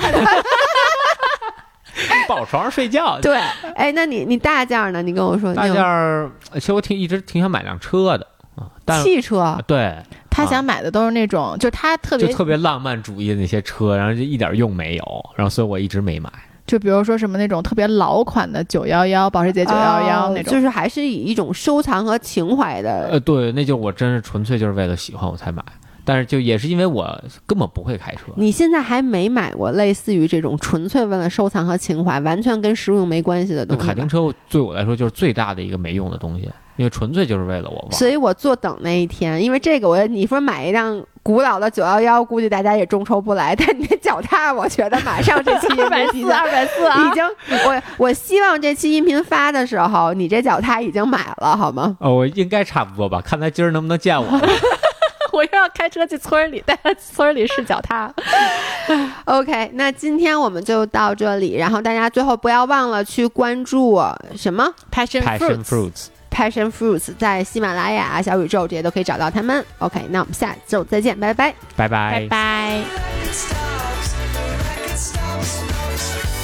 Speaker 2: 抱床上睡觉。
Speaker 1: 对，哎，那你你大件儿呢？你跟我说，
Speaker 2: 大
Speaker 1: 你有
Speaker 2: 件儿，其实我挺一直挺想买辆车的啊，但
Speaker 1: 汽车
Speaker 2: 啊，对，
Speaker 3: 他想买的都是那种，就是他特
Speaker 2: 啊就
Speaker 3: 别
Speaker 2: 特别浪漫主义的那些车，然后就一点用没有，然后所以我一直没买。
Speaker 3: 就比如说什么那种特别老款的九幺幺，保时捷九幺幺
Speaker 1: 哦
Speaker 3: 那种。
Speaker 1: 就是还是以一种收藏和情怀的。
Speaker 2: 呃，对，那就我真是纯粹就是为了喜欢我才买，但是就也是因为我根本不会开车。
Speaker 1: 你现在还没买过类似于这种纯粹为了收藏和情怀，完全跟实用没关系的
Speaker 2: 那
Speaker 1: 东西
Speaker 2: 卡
Speaker 1: 吧。
Speaker 2: 丁车对我来说就是最大的一个没用的东西，因为纯粹就是为了我玩。
Speaker 1: 所以我坐等那一天，因为这个我你说买一辆古老的九幺幺，估计大家也众筹不来。但你那脚踏，我觉得马上这期音频
Speaker 3: 二百四
Speaker 1: 已经，我我希望这期音频发的时候，你这脚踏已经买了，好吗？
Speaker 2: 哦，我应该差不多吧，看他今儿能不能见我。
Speaker 3: 我又要开车去村儿里，带他去村儿里试脚踏。
Speaker 1: OK，那今天我们就到这里，然后大家最后不要忘了去关注什么
Speaker 3: Passion
Speaker 2: Passion fruits。
Speaker 1: Passion Fruits，在喜马拉雅、小宇宙这些都可以找到他们。OK，那我们下周再见，拜拜。
Speaker 2: 拜
Speaker 3: 拜拜。
Speaker 4: record stops, the record stops.